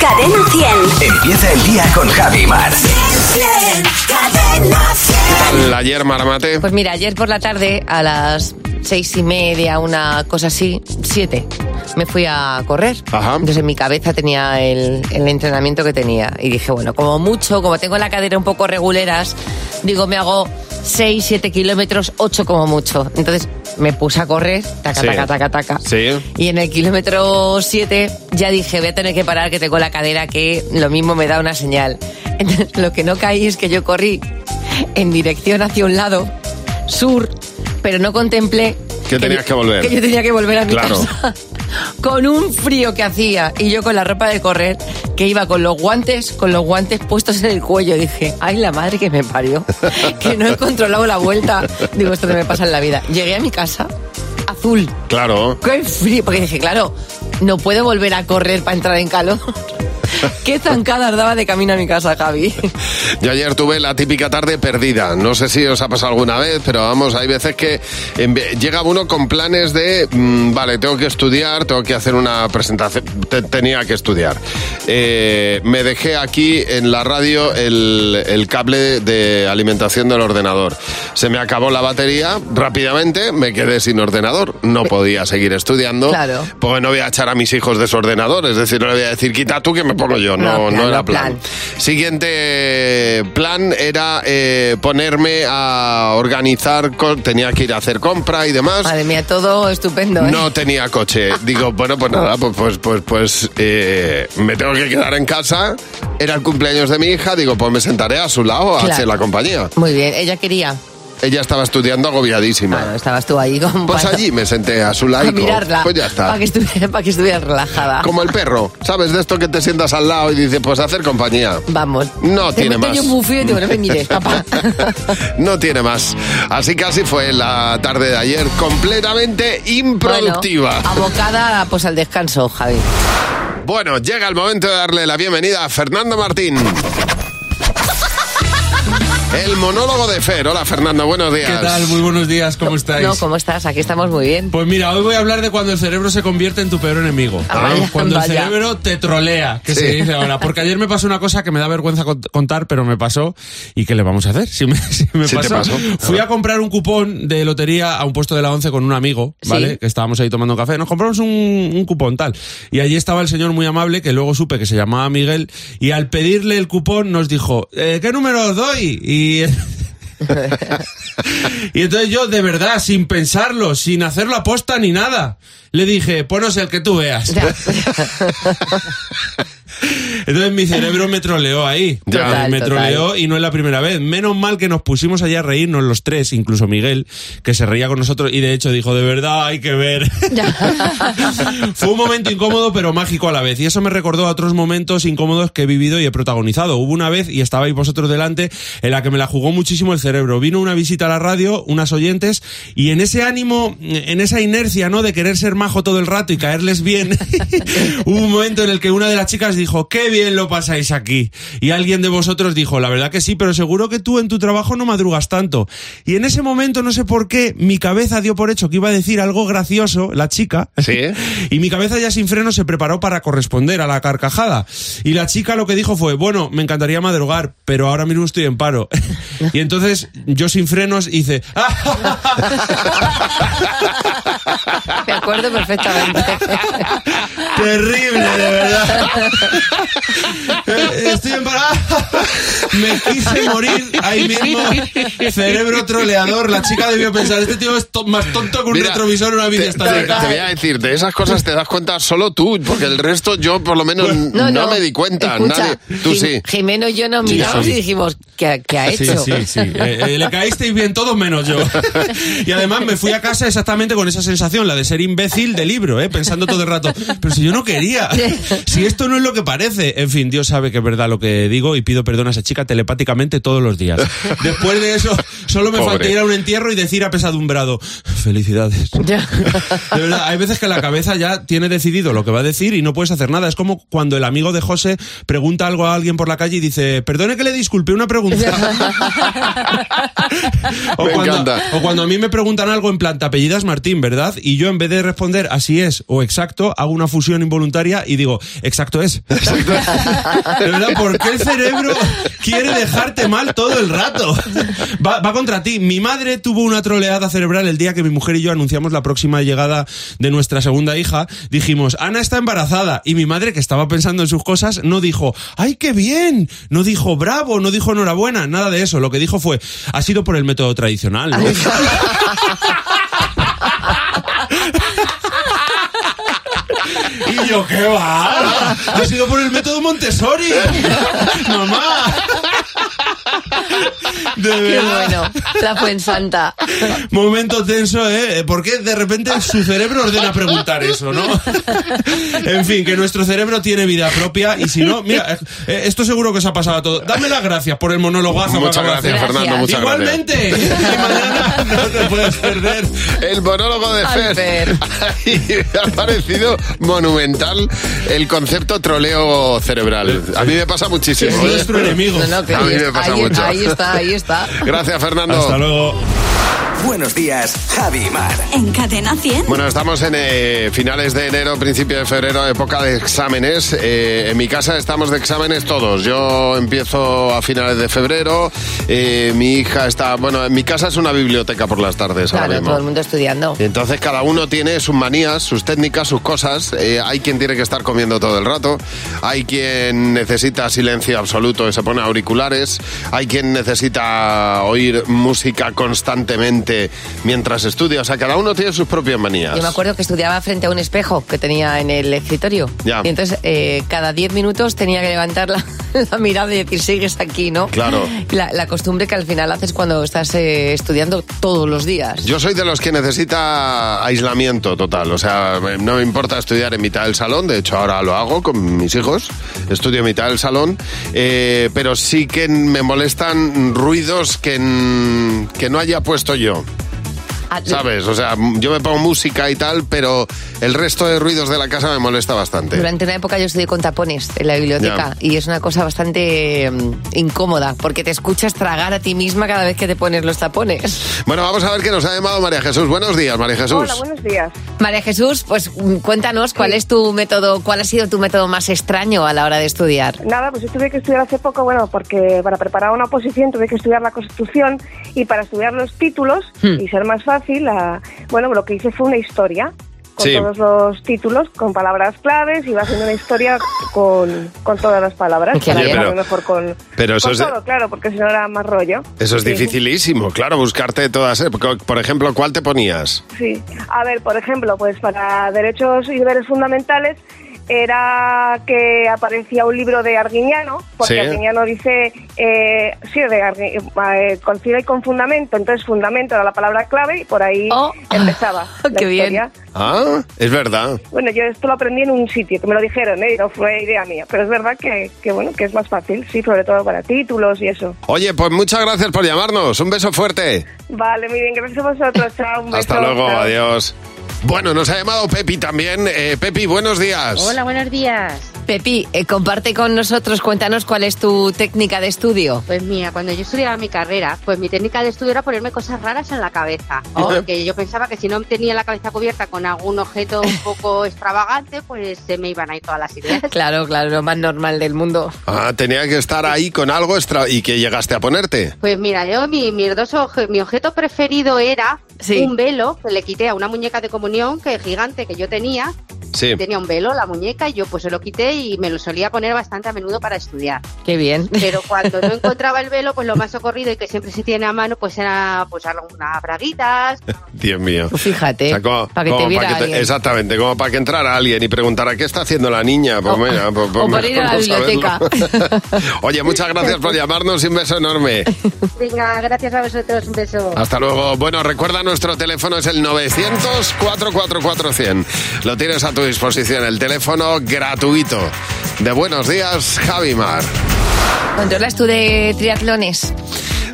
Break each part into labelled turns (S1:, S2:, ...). S1: Cadena 100.
S2: Empieza el día con Javi Mar.
S1: Cadena 100.
S3: La ayer Maramate.
S4: Pues mira, ayer por la tarde a las seis y media, una cosa así, siete, me fui a correr.
S3: Ajá.
S4: Entonces en mi cabeza tenía el, el entrenamiento que tenía y dije, bueno, como mucho, como tengo la cadera un poco reguleras, digo, me hago seis, siete kilómetros, ocho como mucho. Entonces me puse a correr, taca,
S3: Sí.
S4: taca, taca, taca.
S3: Sí.
S4: Y en el kilómetro 7 ya dije, voy a tener que parar que tengo la cadera que lo mismo me da una señal. Entonces, lo que no caí es que yo corrí en dirección hacia un lado, sur, pero no contemplé...
S3: Que tenías
S4: yo-
S3: que volver.
S4: Que yo tenía que volver a mi
S3: Claro.
S4: casa. Con un frío que hacía y yo con la ropa de correr, que iba con los guantes, con los guantes puestos en el cuello, dije, ay la madre que me parió, que no he controlado la vuelta. Digo, esto que me pasa en la vida. Llegué a mi casa, azul,
S3: Claro.
S4: ¡Qué frío! Porque dije, claro, no puedo volver a correr para entrar en calor. ¿Qué zancadas daba de camino a mi casa, Javi?
S3: Yo ayer tuve la típica tarde perdida. No sé si os ha pasado alguna vez, pero vamos, hay veces que en ve- llega uno con planes de, mm, vale, tengo que estudiar, tengo que hacer una presentación, te- tenía que estudiar. Eh, me dejé aquí en la radio el, el cable de alimentación del ordenador. Se me acabó la batería rápidamente, me quedé sin ordenador, no podía seguir estudiando.
S4: Claro.
S3: Porque no voy a echar a mis hijos de su ordenador, es decir, no le voy a decir, quita tú que me pongo yo.
S4: No,
S3: No, no,
S4: plan,
S3: era
S4: no,
S3: plan.
S4: plan.
S3: Siguiente plan era eh, ponerme a organizar, co- tenía que ir a hacer compra y demás.
S4: Madre mía, todo estupendo, ¿eh?
S3: Pues No tenía coche. Digo, bueno, pues nada, pues pues pues, pues eh, me tengo que quedar en casa. Era el cumpleaños de mi hija, digo, pues me sentaré a su lado a
S4: Claro.
S3: hacer la compañía.
S4: Muy bien, ella quería.
S3: Ella estaba estudiando agobiadísima.
S4: Bueno, estabas tú ahí con
S3: pues
S4: para-
S3: allí me senté a su lado.
S4: a
S3: y digo,
S4: mirarla.
S3: Pues ya está.
S4: Para que estuviera, para que estuviera relajada.
S3: Como el perro, ¿sabes? De esto que te sientas al lado y dices, pues a hacer compañía.
S4: Vamos.
S3: No
S4: Te
S3: tiene
S4: meto
S3: más.
S4: yo un bufío y te digo, no me mires, papá.
S3: no tiene más. Así casi fue la tarde de ayer, completamente improductiva.
S4: Bueno, abocada pues al descanso, Javi.
S3: Bueno, llega el momento de darle la bienvenida a Fernando Martín. El monólogo de Fer. Hola Fernando, buenos días.
S5: ¿Qué tal? Muy buenos días, ¿cómo estáis?
S4: No, ¿cómo estás? Aquí estamos muy bien.
S5: Pues mira, hoy voy a hablar de cuando el cerebro se convierte en tu peor enemigo.
S4: Ah, vaya,
S5: cuando el
S4: vaya.
S5: cerebro te trolea, que
S3: Sí.
S5: se dice ahora. Porque ayer me pasó una cosa que me da vergüenza cont- contar, pero me pasó. ¿Y qué le vamos a hacer? Si me, si me
S3: Sí, te pasó.
S5: Fui a comprar un cupón de lotería a un puesto de la 11 con un amigo,
S4: Sí.
S5: ¿vale? Que estábamos ahí tomando café. Nos compramos un, un cupón tal. Y allí estaba el señor muy amable, que luego supe que se llamaba Miguel. Y al pedirle el cupón nos dijo, "Eh, ¿qué número os doy? Y... Y entonces yo, de verdad, sin pensarlo, sin hacerlo aposta ni nada, le dije, ponos el que tú veas.
S4: Ya.
S5: Entonces mi cerebro me troleó ahí.
S3: Ya.
S4: Total,
S5: me
S4: total.
S5: troleó y no es la primera vez. Menos mal que nos pusimos allá a reírnos los tres, incluso Miguel, que se reía con nosotros y de hecho dijo, de verdad hay que ver. Fue un momento incómodo pero mágico a la vez y eso me recordó a otros momentos incómodos que he vivido y he protagonizado. Hubo una vez y estabais vosotros delante en la que me la jugó muchísimo el cerebro. Vino una visita a la radio, unas oyentes y en ese ánimo, en esa inercia, ¿no? De querer ser majo todo el rato y caerles bien, hubo un momento en el que una de las chicas dijo, qué bien lo pasáis aquí. Y alguien de vosotros dijo, la verdad que sí, pero seguro que tú en tu trabajo no madrugas tanto. Y en ese momento, no sé por qué, mi cabeza dio por hecho que iba a decir algo gracioso, la chica.
S3: Sí.
S5: Y mi cabeza ya sin freno se preparó para corresponder a la carcajada. Y la chica lo que dijo fue, bueno, me encantaría madrugar, pero ahora mismo estoy en paro. Y entonces yo sin frenos hice...
S4: Me acuerdo perfectamente.
S5: Terrible, de verdad. Eh, Estoy en parada. Me quise morir ahí mismo. Cerebro troleador. La chica debió pensar, este tío es to- más tonto que un
S3: Mira,
S5: retrovisor en una
S3: te, te-
S5: videoestática.
S3: te voy a decir, de esas cosas te das cuenta solo tú, porque el resto yo por lo menos no, me di cuenta.
S4: Escucha,
S3: Nadie- tú
S4: Jim-
S3: sí.
S4: Jimeno y yo nos
S5: Sí,
S4: miramos
S5: sí.
S4: y dijimos, ¿qué, ha- qué ha
S5: Sí,
S4: hecho?
S5: sí, sí. Eh, eh, le caísteis bien todos menos yo. Y además me fui a casa exactamente con esa sensación, la de ser imbécil de libro, ¿eh? pensando todo el rato, pero si yo no quería, si esto no es lo que parece. En fin, Dios sabe que es verdad lo que digo y pido perdón a esa chica telepáticamente todos los días. Después de eso, solo me
S3: Pobre.
S5: falta ir a un entierro y decir apesadumbrado, felicidades.
S4: Ya.
S5: De verdad, hay veces que la cabeza ya tiene decidido lo que va a decir y no puedes hacer nada. Es como cuando el amigo de José pregunta algo a alguien por la calle y dice, perdone que le disculpe una pregunta. o,
S3: Me
S5: cuando,
S3: encanta.
S5: o cuando a mí me preguntan algo en plan, te apellidas Martín, ¿verdad? Y yo en vez de responder así es o exacto, hago una fusión involuntaria y digo, exacto es. Exacto. De verdad, ¿por qué el cerebro quiere dejarte mal todo el rato? Va, va contra ti. Mi madre tuvo una troleada cerebral el día que mi mujer y yo anunciamos la próxima llegada de nuestra segunda hija. Dijimos, Ana está embarazada. Y mi madre, que estaba pensando en sus cosas, no dijo, ¡ay, qué bien! No dijo bravo, no dijo enhorabuena, nada de eso. Lo que dijo fue, ha sido por el método tradicional. ¿no?". Y yo, ¿qué va? Ha sido por el método Montessori. Mamá. De
S4: Qué
S5: verdad.
S4: bueno, la Fuensanta.
S5: Momento tenso, ¿eh? Porque de repente su cerebro ordena preguntar eso, ¿no? En fin, que nuestro cerebro tiene vida propia y si no, mira, eh, esto seguro que os ha pasado a todos. Dame las gracias por el monologazo. que
S3: Muchas
S5: acabo de
S3: gracias,
S5: hacer.
S3: Fernando,
S4: Gracias.
S3: muchas gracias.
S5: Igualmente. Y mañana no te puedes perder.
S3: El monólogo de
S4: Al
S3: Fer. me ha parecido monumental el concepto troleo cerebral. A mí me pasa muchísimo.
S5: Es
S3: ¿eh?
S5: nuestro enemigo.
S4: No, no, que
S3: A mí me pasa
S4: ahí,
S3: mucho.
S4: ahí está, ahí está.
S3: Gracias, Fernando.
S5: Hasta luego.
S6: Buenos días, Javi y Mar.
S7: En Cadena 100.
S3: Bueno, estamos en eh, finales de enero, principio de febrero, época de exámenes. Eh, en mi casa estamos de exámenes todos. Yo empiezo a finales de febrero. eh, mi hija está. Bueno, en mi casa es una biblioteca por las tardes ahora
S4: Claro,
S3: mismo.
S4: todo el mundo estudiando.
S3: Entonces cada uno tiene sus manías, sus técnicas, sus cosas. Eh, hay quien tiene que estar comiendo todo el rato, hay quien necesita silencio absoluto y se pone auriculares, hay quien necesita oír música constantemente mientras estudia. O sea, cada uno tiene sus propias manías.
S4: Yo me acuerdo que estudiaba frente a un espejo que tenía en el escritorio.
S3: Ya.
S4: Y entonces eh, cada 10 minutos tenía que levantar la, la mirada y decir, sigues aquí, ¿no?
S3: Claro.
S4: La, la costumbre que al final haces cuando estás eh, estudiando todos los días.
S3: Yo soy de los que necesita aislamiento total, o sea, me- no me importa estudiar en mitad del salón, de hecho ahora lo hago con mis hijos, estudio en mitad del salón, eh, pero sí que me molestan ruidos que, n- que no haya puesto yo,
S4: Ah,
S3: ¿sabes? O sea, m- yo me pongo música y tal, pero el resto de ruidos de la casa me molesta bastante.
S4: Durante una época yo estudié con tapones en la biblioteca y es una cosa bastante mm, incómoda porque te escuchas tragar a ti misma cada vez que te pones los tapones.
S3: Bueno, vamos a ver qué nos ha llamado María Jesús. Buenos días, María Jesús.
S8: Hola, buenos días.
S4: María Jesús, pues mm, cuéntanos cuál es tu método, cuál ha sido tu método más extraño a la hora de estudiar.
S8: Nada, pues yo tuve que estudiar hace poco, bueno, porque para preparar una oposición tuve que estudiar la Constitución y para estudiar los títulos
S3: Hmm.
S8: y ser más fácil, ah, bueno, lo que hice fue una historia con
S3: Sí.
S8: todos los títulos, con palabras claves, iba haciendo una historia con, con todas las palabras,
S4: Qué
S8: para
S4: bien.
S8: llevarme
S3: Pero-
S8: mejor con,
S3: pero eso
S8: con
S3: es de-
S8: todo, claro, porque si no era más rollo.
S3: Eso es
S8: Sí.
S3: dificilísimo, claro, buscarte todas. eh, porque, Por ejemplo, ¿cuál te ponías?
S8: Sí. A ver, por ejemplo, pues para derechos y deberes fundamentales era que aparecía un libro de Arguiñano, porque
S3: Sí.
S8: Arguiñano dice, eh, sí, de Argui- eh, con cira y con fundamento, entonces fundamento era la palabra clave y por ahí
S4: Oh.
S8: empezaba. la
S4: Qué bien.
S8: historia.
S3: Ah, es verdad.
S8: Bueno, yo esto lo aprendí en un sitio, que me lo dijeron, ¿eh? y no fue idea mía, pero es verdad que, que, bueno, que es más fácil, sí, sobre todo para títulos y eso.
S3: Oye, pues muchas gracias por llamarnos. Un beso fuerte.
S8: Vale, muy bien, gracias a vosotros, chao, un
S3: Hasta
S8: beso,
S3: luego,
S8: chao.
S3: adiós. Bueno, nos ha llamado Pepi también. Eh, Pepi, buenos días.
S9: Hola, buenos días.
S4: Pepi, eh, comparte con nosotros, cuéntanos cuál es tu técnica de estudio.
S9: Pues mira, cuando yo estudiaba mi carrera, pues mi técnica de estudio era ponerme cosas raras en la cabeza. Porque yo pensaba que si no tenía la cabeza cubierta con algún objeto un poco extravagante, pues se me iban ahí todas las ideas.
S4: Claro, claro, lo más normal del mundo.
S3: Ah, tenía que estar ahí con algo extra y que llegaste a ponerte.
S9: Pues mira, yo mi, mis dos oje- mi objeto preferido era
S4: Sí.
S9: un velo que le quité a una muñeca de comunión que gigante que yo tenía.
S3: Sí.
S9: Tenía un velo, la muñeca, y yo pues se lo quité y me lo solía poner bastante a menudo para estudiar.
S4: Qué bien.
S9: pero cuando no encontraba el velo, pues lo más socorrido y que siempre se tiene a mano, pues era pues algunas braguitas.
S3: Dios mío.
S4: Pues Fíjate,
S3: O sea, como-
S4: para que
S3: como
S4: te viera
S3: para que te-
S4: alguien.
S3: Exactamente, como para que entrara alguien y preguntara qué está haciendo la niña. Pues
S4: O-
S3: mira, pues-
S4: o
S3: pues
S4: para ir a la
S3: mejor no
S4: biblioteca.
S3: saberlo. Oye, muchas gracias por llamarnos y un beso enorme.
S9: Venga, gracias a vosotros, un beso.
S3: Hasta luego. Bueno, recuerda, nuestro teléfono es el 900-444-100. Lo tienes a tu disposición, el teléfono gratuito. De buenos días, Javimar.
S4: ¿Controlas tú de triatlones?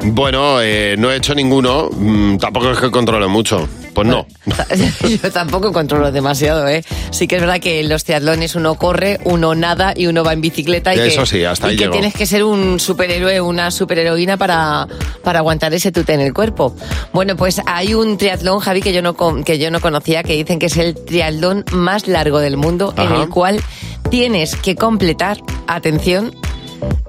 S3: Bueno, eh, no he hecho ninguno, mm, tampoco es que controle mucho. Pues no.
S4: Yo tampoco controlo demasiado, ¿eh? Sí que es verdad que en los triatlones uno corre, uno nada y uno va en bicicleta. Y
S3: Eso
S4: que,
S3: sí, hasta
S4: y
S3: ahí
S4: que
S3: llego.
S4: tienes que ser un superhéroe, una superheroína para, para aguantar ese tute en el cuerpo. Bueno, pues hay un triatlón, Javi, que yo no, con- que yo no conocía, que dicen que es el triatlón más largo del mundo, en
S1: Ajá.
S4: el cual tienes que completar, atención,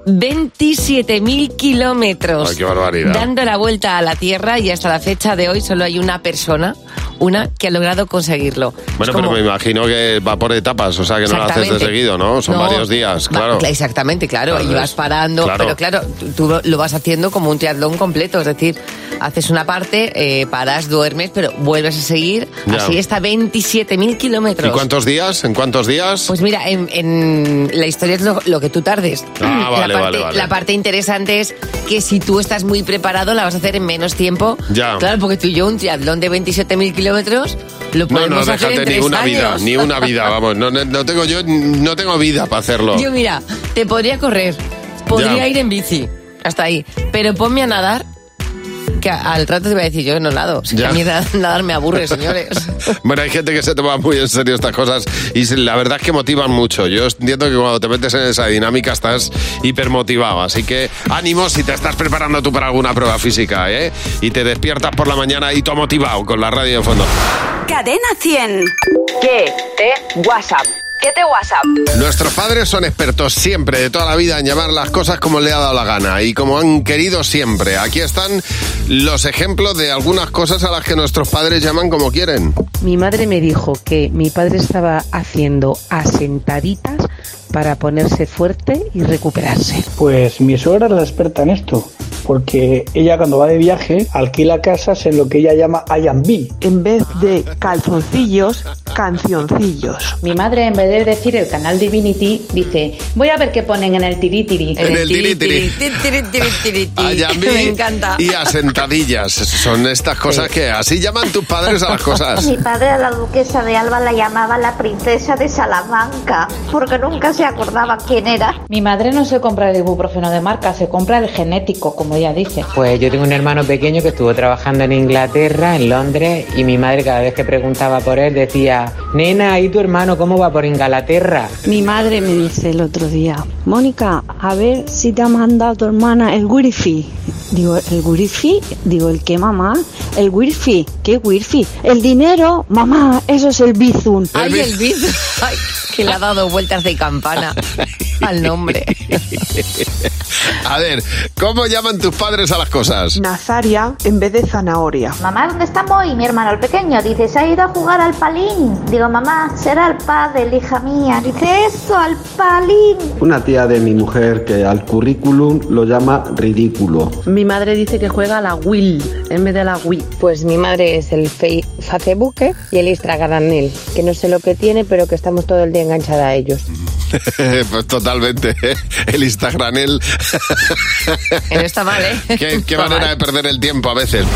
S4: 27.000 kilómetros.
S3: Ay, qué barbaridad.
S4: Dando la vuelta a la Tierra y hasta la fecha de hoy solo hay una persona, una, que ha logrado conseguirlo. Es
S3: Bueno,
S4: como-
S3: pero me imagino que va por etapas, o sea que no lo haces de
S4: Exactamente.
S3: seguido, ¿no? Son
S4: No,
S3: varios días,
S4: va-
S3: claro.
S4: Exactamente, claro.
S3: Claro,
S4: y vas
S3: es-
S4: parando.
S3: claro.
S4: Pero claro, tú- tú lo- lo vas haciendo como un triatlón completo. Es decir, haces una parte, eh, paras, duermes, pero vuelves a seguir.
S3: Ya.
S4: Así está 27.000 kilómetros.
S3: ¿Y cuántos días? ¿En cuántos días?
S4: Pues mira, en, en la historia es lo, lo que tú tardes.
S3: Ah, vale,
S4: la, parte,
S3: vale, vale.
S4: la parte interesante es que si tú estás muy preparado, la vas a hacer en menos tiempo.
S3: Ya.
S4: Claro, porque tú y yo un triatlón de 27.000 kilómetros lo
S3: no, no,
S4: podemos hacer en
S3: déjate ni
S4: tres
S3: una vida,
S4: años.
S3: ni una vida, vamos. No, no- no tengo yo, no tengo vida para hacerlo.
S4: Yo mira, te podría correr, podría
S3: Ya.
S4: ir en bici, hasta ahí. Pero ponme a nadar, que a- al rato te voy a decir yo no nado. Si
S3: Ya.
S4: a mí na- nadar me aburre, señores.
S3: Bueno, hay gente que se toma muy en serio estas cosas y se- la verdad es que motivan mucho. Yo entiendo que cuando te metes en esa dinámica estás hipermotivado. Así que ánimo si te estás preparando tú para alguna prueba física, ¿eh? Y te despiertas por la mañana y todo motivado con la radio de fondo.
S10: Cadena 100. ¿Qué te WhatsApp? ¿Qué te WhatsApp?
S3: Nuestros padres son expertos siempre, de toda la vida, en llamar las cosas como le ha dado la gana y como han querido siempre. Aquí están los ejemplos de algunas cosas a las que nuestros padres llaman como quieren.
S11: Mi madre me dijo que mi padre estaba haciendo asentaditas para ponerse fuerte y recuperarse.
S12: Pues mi suegra es la experta en esto, porque ella cuando va de viaje alquila casas en lo que ella llama I&B. En vez de calzoncillos, cancioncillos.
S13: Mi madre, en vez de decir el canal Divinity, dice, voy a ver qué ponen en el tiritiri.
S3: En el tiritiri. Ayambi
S4: Me encanta.
S3: Y asentadillas. Son estas cosas que así llaman tus padres a las cosas.
S14: Mi padre a la duquesa de Alba la llamaba la princesa de Salamanca, porque nunca se acordaba quién era.
S13: Mi madre no se compra el ibuprofeno de marca, se compra el genético, como ella dice.
S15: Pues yo tengo un hermano pequeño que estuvo trabajando en Inglaterra, en Londres, y mi madre cada vez que preguntaba por él decía, nena, ¿y tu hermano cómo va por Inglaterra?
S16: Mi madre me dice el otro día, Mónica, a ver si te ha mandado tu hermana el wifi. Digo, ¿el wifi? Digo, ¿el qué, mamá? El wifi. ¿Qué wifi? El dinero, mamá, eso es el bizum.
S4: Ay, el bici. Ay, que le ha dado vueltas de campana al nombre.
S3: A ver, ¿cómo llaman tus padres a las cosas?
S14: Nazaria en vez de zanahoria. Mamá, ¿dónde está Moy? Mi hermano el pequeño. Dice, se ha ido a jugar al palín. Digo, mamá, será al pádel, hija mía. Dice, eso, al palín.
S17: Una tía de mi mujer que al currículum lo llama ridículo.
S11: Mi madre dice que juega a la Will en vez de la Wii. Pues mi madre es el Facebook y el Instagram, que no sé lo que tiene, pero que estamos todo el día enganchada a ellos.
S3: pues totalmente. El Instagram, él.
S4: No está mal, ¿eh?
S3: Qué, qué manera de perder el tiempo a veces.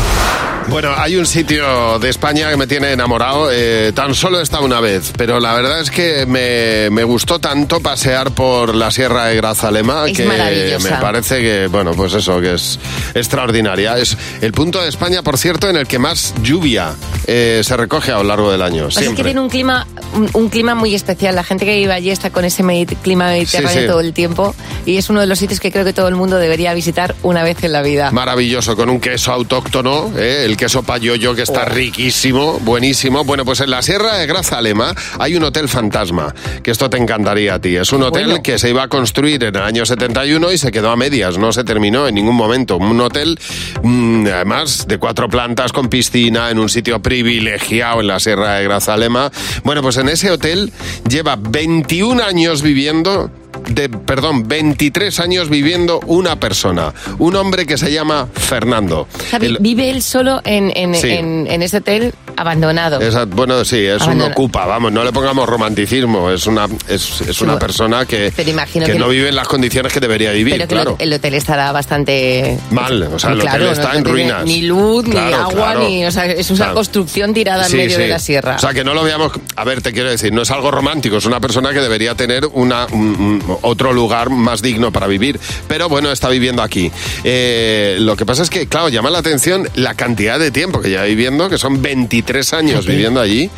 S3: Bueno, hay un sitio de España que me tiene enamorado. eh, tan solo he estado una vez, pero la verdad es que me, me gustó tanto pasear por la Sierra de Grazalema
S4: Es
S3: que
S4: maravillosa.
S3: me parece que, bueno, pues eso, que es extraordinaria. Es el punto de España, por cierto, en el que más lluvia eh, se recoge a lo largo del año.
S4: Pues es que
S3: siempre.
S4: tiene un clima, un, un clima muy especial. La gente que vive allí está con ese medit- clima mediterráneo
S3: sí.
S4: todo el tiempo y es uno de los sitios que creo que todo el mundo debería visitar una vez en la vida.
S3: Maravilloso, con un queso autóctono, ¿eh? el queso payoyo que está riquísimo, buenísimo. Bueno, pues en la Sierra de Grazalema hay un hotel fantasma, que esto te encantaría a ti. Es un hotel
S18: Bueno.
S3: que se iba a construir en el año 71 y se quedó a medias, no se terminó en ningún momento. Un hotel, mm, además, de cuatro plantas con piscina, en un sitio privilegiado en la Sierra de Grazalema. Bueno, pues en ese hotel lleva 21 años viviendo de, perdón, 23 años viviendo una persona, un hombre que se llama Fernando.
S4: Javi,
S3: El-
S4: vive él solo en, en,
S3: Sí.
S4: en- en ese hotel abandonado.
S3: esa- bueno, sí, es un
S4: Abandona-
S3: ocupa, vamos, no le pongamos romanticismo, es una, es, es una persona que,
S4: pero imagino
S3: que
S4: que-
S3: no vive en las condiciones que debería vivir,
S4: Pero que
S3: claro.
S4: el, el hotel estará bastante...
S3: Mal, o sea, el
S4: Claro,
S3: hotel
S4: no
S3: está en
S4: tiene
S3: ruinas.
S4: Ni luz, ni
S3: Claro,
S4: agua,
S3: claro.
S4: ni... O sea, es una
S3: Claro.
S4: construcción tirada
S3: Sí,
S4: en medio
S3: sí.
S4: de la sierra.
S3: O sea, que no lo veamos. A ver, te quiero decir, no es algo romántico, es una persona que debería tener una, un- un- otro lugar más digno para vivir. Pero bueno, está viviendo aquí. Eh, lo que pasa es que, claro, llama la atención la cantidad de tiempo que lleva viviendo, que son 23 23 años viviendo allí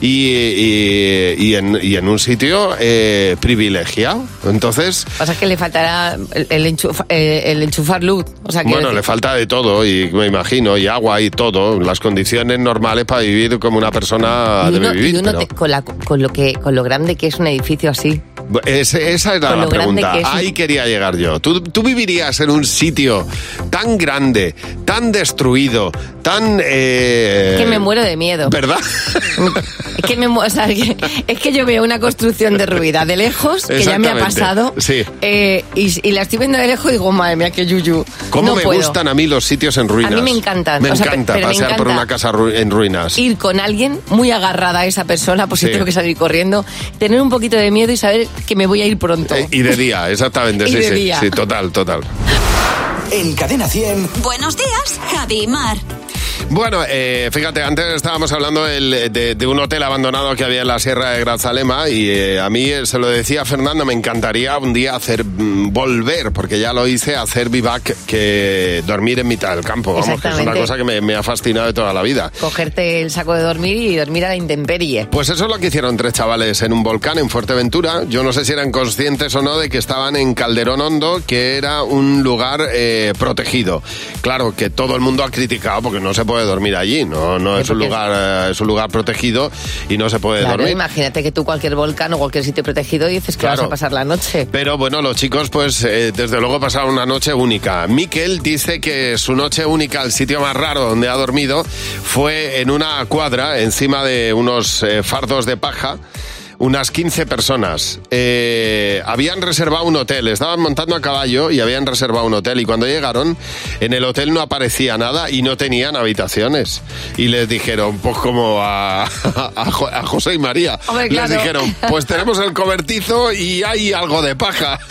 S3: y, y- y en, y en un sitio eh, privilegiado. Entonces,
S4: Pasa es que le faltará el, el enchufa- eh, el enchufar luz. O sea, quiero
S3: bueno,
S4: decir-
S3: le falta de todo, y me imagino, y agua y todo, las condiciones normales para vivir como una persona
S4: y uno-
S3: debe vivir.
S4: y uno
S3: pero-
S4: te- con, la- con lo que, con lo grande que es un edificio así.
S3: Ese- esa era
S4: Con
S3: la
S4: lo grande
S3: pregunta.
S4: que es.
S3: Ahí quería llegar yo. ¿Tú, tú vivirías en un sitio tan grande, tan destruido, tan... eh,
S4: Es que me muero de miedo.
S3: ¿Verdad?
S4: Es que, me mu- o sea, es que- es que yo veo una construcción derruida de lejos, que ya me ha
S3: Exactamente.
S4: pasado,
S3: Sí.
S4: eh, y, y la estoy viendo de lejos y digo, madre mía, qué yuyu.
S3: ¿Cómo
S4: no
S3: me
S4: puedo.
S3: gustan a mí los sitios en ruinas?
S4: A mí me encantan.
S3: Me
S4: O sea, pe-
S3: encanta
S4: pero me
S3: pasear por
S4: encanta.
S3: una casa ru- en ruinas.
S4: Ir con alguien muy agarrada a esa persona, por si
S3: Sí.
S4: tengo que salir corriendo, tener un poquito de miedo y saber que me voy a ir pronto.
S3: Eh, Y de día, exactamente,
S4: Y
S3: sí,
S4: de
S3: sí,
S4: día.
S3: sí, total, total.
S2: En Cadena 100.
S1: Buenos días, Javi y Mar.
S3: Bueno, eh, fíjate, antes estábamos hablando del- de, de un hotel abandonado que había en la Sierra de Grazalema y eh, a mí eh, se lo decía a Fernando, me encantaría un día hacer mm, volver, porque ya lo hice, hacer vivac que dormir en mitad del campo. Vamos, que es una
S4: Exactamente.
S3: cosa que me, me ha fascinado de toda la vida.
S4: Cogerte el saco de dormir y dormir a la intemperie.
S3: Pues eso es lo que hicieron tres chavales en un volcán en Fuerteventura. Yo no sé si eran conscientes o no de que estaban en Calderón Hondo, que era un lugar eh, protegido. Claro que todo el mundo ha criticado porque no se puede dormir allí. No, no es un lugar, eh, es un lugar protegido y no se puede
S4: Claro,
S3: dormir.
S4: imagínate que tú cualquier volcán o cualquier sitio protegido y dices que
S3: Claro.
S4: vas a pasar la noche.
S3: Pero bueno, los chicos, pues eh, desde luego pasaron una noche única. Miquel dice que su noche única, el sitio más raro donde ha dormido, fue en una cuadra encima de unos eh, fardos de paja. Unas 15 personas. Eh, habían reservado un hotel, estaban montando a caballo y habían reservado un hotel. Y cuando llegaron, en el hotel no aparecía nada y no tenían habitaciones. Y les dijeron, pues como a, a Jo- a José y María,
S2: Hombre,
S3: les
S2: claro.
S3: dijeron, pues tenemos el cobertizo y hay algo de paja.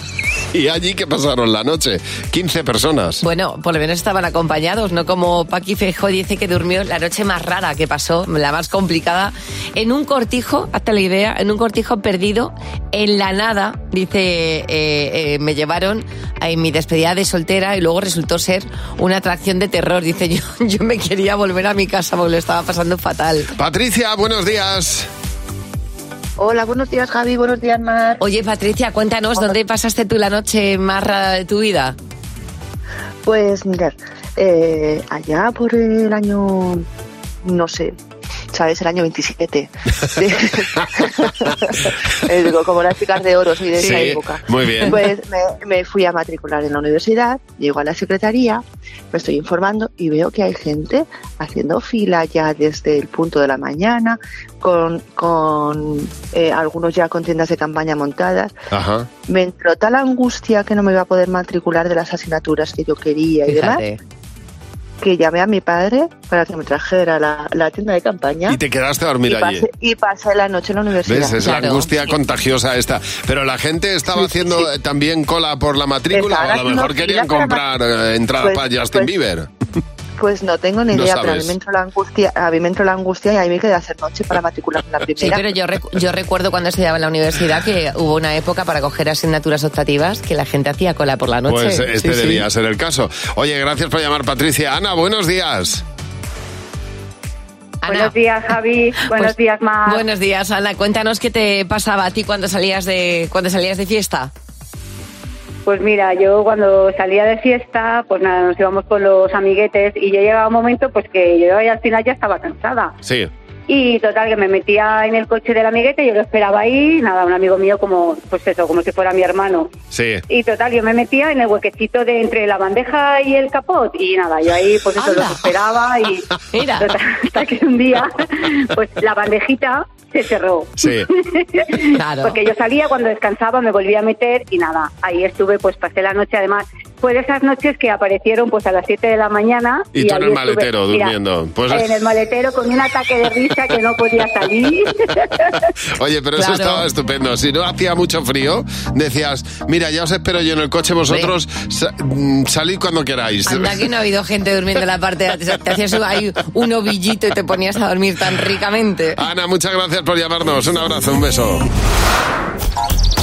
S3: Y allí que pasaron la noche, 15 personas.
S4: Bueno, por lo menos estaban acompañados, no como Paqui Fejo dice que durmió la noche más rara que pasó, la más complicada, en un cortijo, hasta la idea, en un cortijo perdido, en la nada, dice, eh, eh, me llevaron en mi despedida de soltera y luego resultó ser una atracción de terror, dice, yo, yo me quería volver a mi casa porque lo estaba pasando fatal.
S3: Patricia, buenos días.
S18: Hola, buenos días Javi, buenos días Mar.
S4: Oye Patricia, cuéntanos, ¿dónde pasaste tú la noche más rara de tu vida?
S18: Pues mirar, eh, allá por el año, no sé, ¿sabes? El año 27. Eh, digo, Como las chicas de oro soy de esa
S19: Sí,
S18: época.
S19: muy bien.
S18: Pues me, me fui a matricular en la universidad, llego a la secretaría, me estoy informando y veo que hay gente haciendo fila ya desde el punto de la mañana, con, con eh, algunos ya con tiendas de campaña montadas.
S3: Ajá.
S18: me entró tal angustia que no me iba a poder matricular de las asignaturas que yo quería y
S4: Fíjate.
S18: demás, que llamé a mi padre para que me trajera la, la tienda de campaña.
S3: Y te quedaste a dormir
S18: y
S3: allí.
S18: pasé, y pasé la noche en la universidad.
S3: ¿Ves? Es la angustia contagiosa esta. Pero la gente estaba haciendo eh, también cola por la matrícula.
S18: Estaban
S3: o a lo
S18: haciendo
S3: mejor querían
S18: filas
S3: comprar eh, entradas
S18: Pues-
S3: para Justin
S18: pues-
S3: Bieber.
S18: Pues no tengo ni
S3: No
S18: idea, pero a mí
S3: sabes.
S18: me entró la angustia, a mí me entró la angustia y ahí me quedé a hacer noche para matricular la primera.
S4: Sí, pero yo, recu- yo recuerdo cuando estudiaba en la universidad que hubo una época para coger asignaturas optativas que la gente hacía cola por la noche.
S3: Pues este
S4: Sí, sí.
S3: debía ser el caso. Oye, gracias por llamar, Patricia. Ana, buenos días.
S4: Buenos
S20: días, Javi. Buenos días, Mar.
S4: Pues, Buenos días, Ana. Cuéntanos qué te pasaba a ti cuando salías de cuando salías de fiesta.
S20: Pues mira, yo cuando salía de fiesta, pues nada, nos íbamos con los amiguetes y yo llegaba un momento pues que yo ya al final ya estaba cansada.
S3: Sí.
S20: Y total, que me metía en el coche del amiguete, yo lo esperaba ahí, nada, un amigo mío como, pues eso, como si fuera mi hermano.
S3: Sí.
S20: Y total, yo me metía en el huequecito de entre la bandeja y el capot y nada, yo ahí pues eso los esperaba y total, hasta que un día pues la bandejita se cerró.
S3: Sí.
S4: Claro.
S20: Porque yo salía cuando descansaba, me volvía a meter y nada, ahí estuve, pues pasé la noche además. Fue de esas noches que aparecieron pues a las 7 de la mañana.
S3: Y tú en
S20: ahí estuve,
S3: el maletero
S20: mira,
S3: durmiendo. Pues-
S20: En el maletero con un ataque de risa que no podía salir.
S3: Oye, pero eso
S20: Claro.
S3: estaba estupendo. Si no hacía mucho frío, decías, mira, ya os espero yo en el coche, vosotros sa- mm, salid cuando queráis.
S4: Anda que no ha habido gente durmiendo en la parte de atrás. Te hacías ahí un ovillito y te ponías a dormir tan ricamente.
S3: Ana, muchas gracias por llamarnos. Un abrazo, un beso.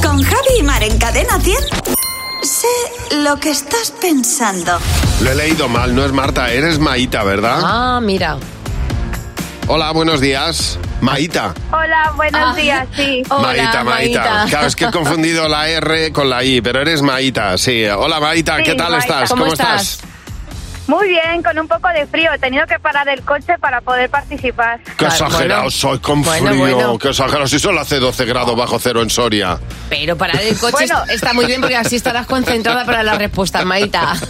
S1: Con Javi y Mar en Cadena 100. Sé lo que estás pensando.
S20: Ah.
S3: Lo he leído mal, no es Marta, eres Maita, ¿verdad?
S4: Ah, mira.
S3: Hola, buenos días. Maita.
S20: Hola, buenos días, sí.
S3: Maita, Maita. Claro, es que he confundido la R con la I, pero eres Maita, sí. Hola, Maita,
S20: Sí,
S3: ¿qué tal
S20: Maita.
S3: estás?
S20: ¿Cómo estás? Muy bien, con un poco de frío. He tenido que parar el coche para poder participar.
S3: Qué exagerado soy con
S20: Bueno,
S3: frío.
S20: bueno.
S3: Qué exagerado. Si solo hace 12 grados bajo cero en Soria.
S4: Pero parar el coche está muy bien porque así estarás concentrada para la respuesta, Maita.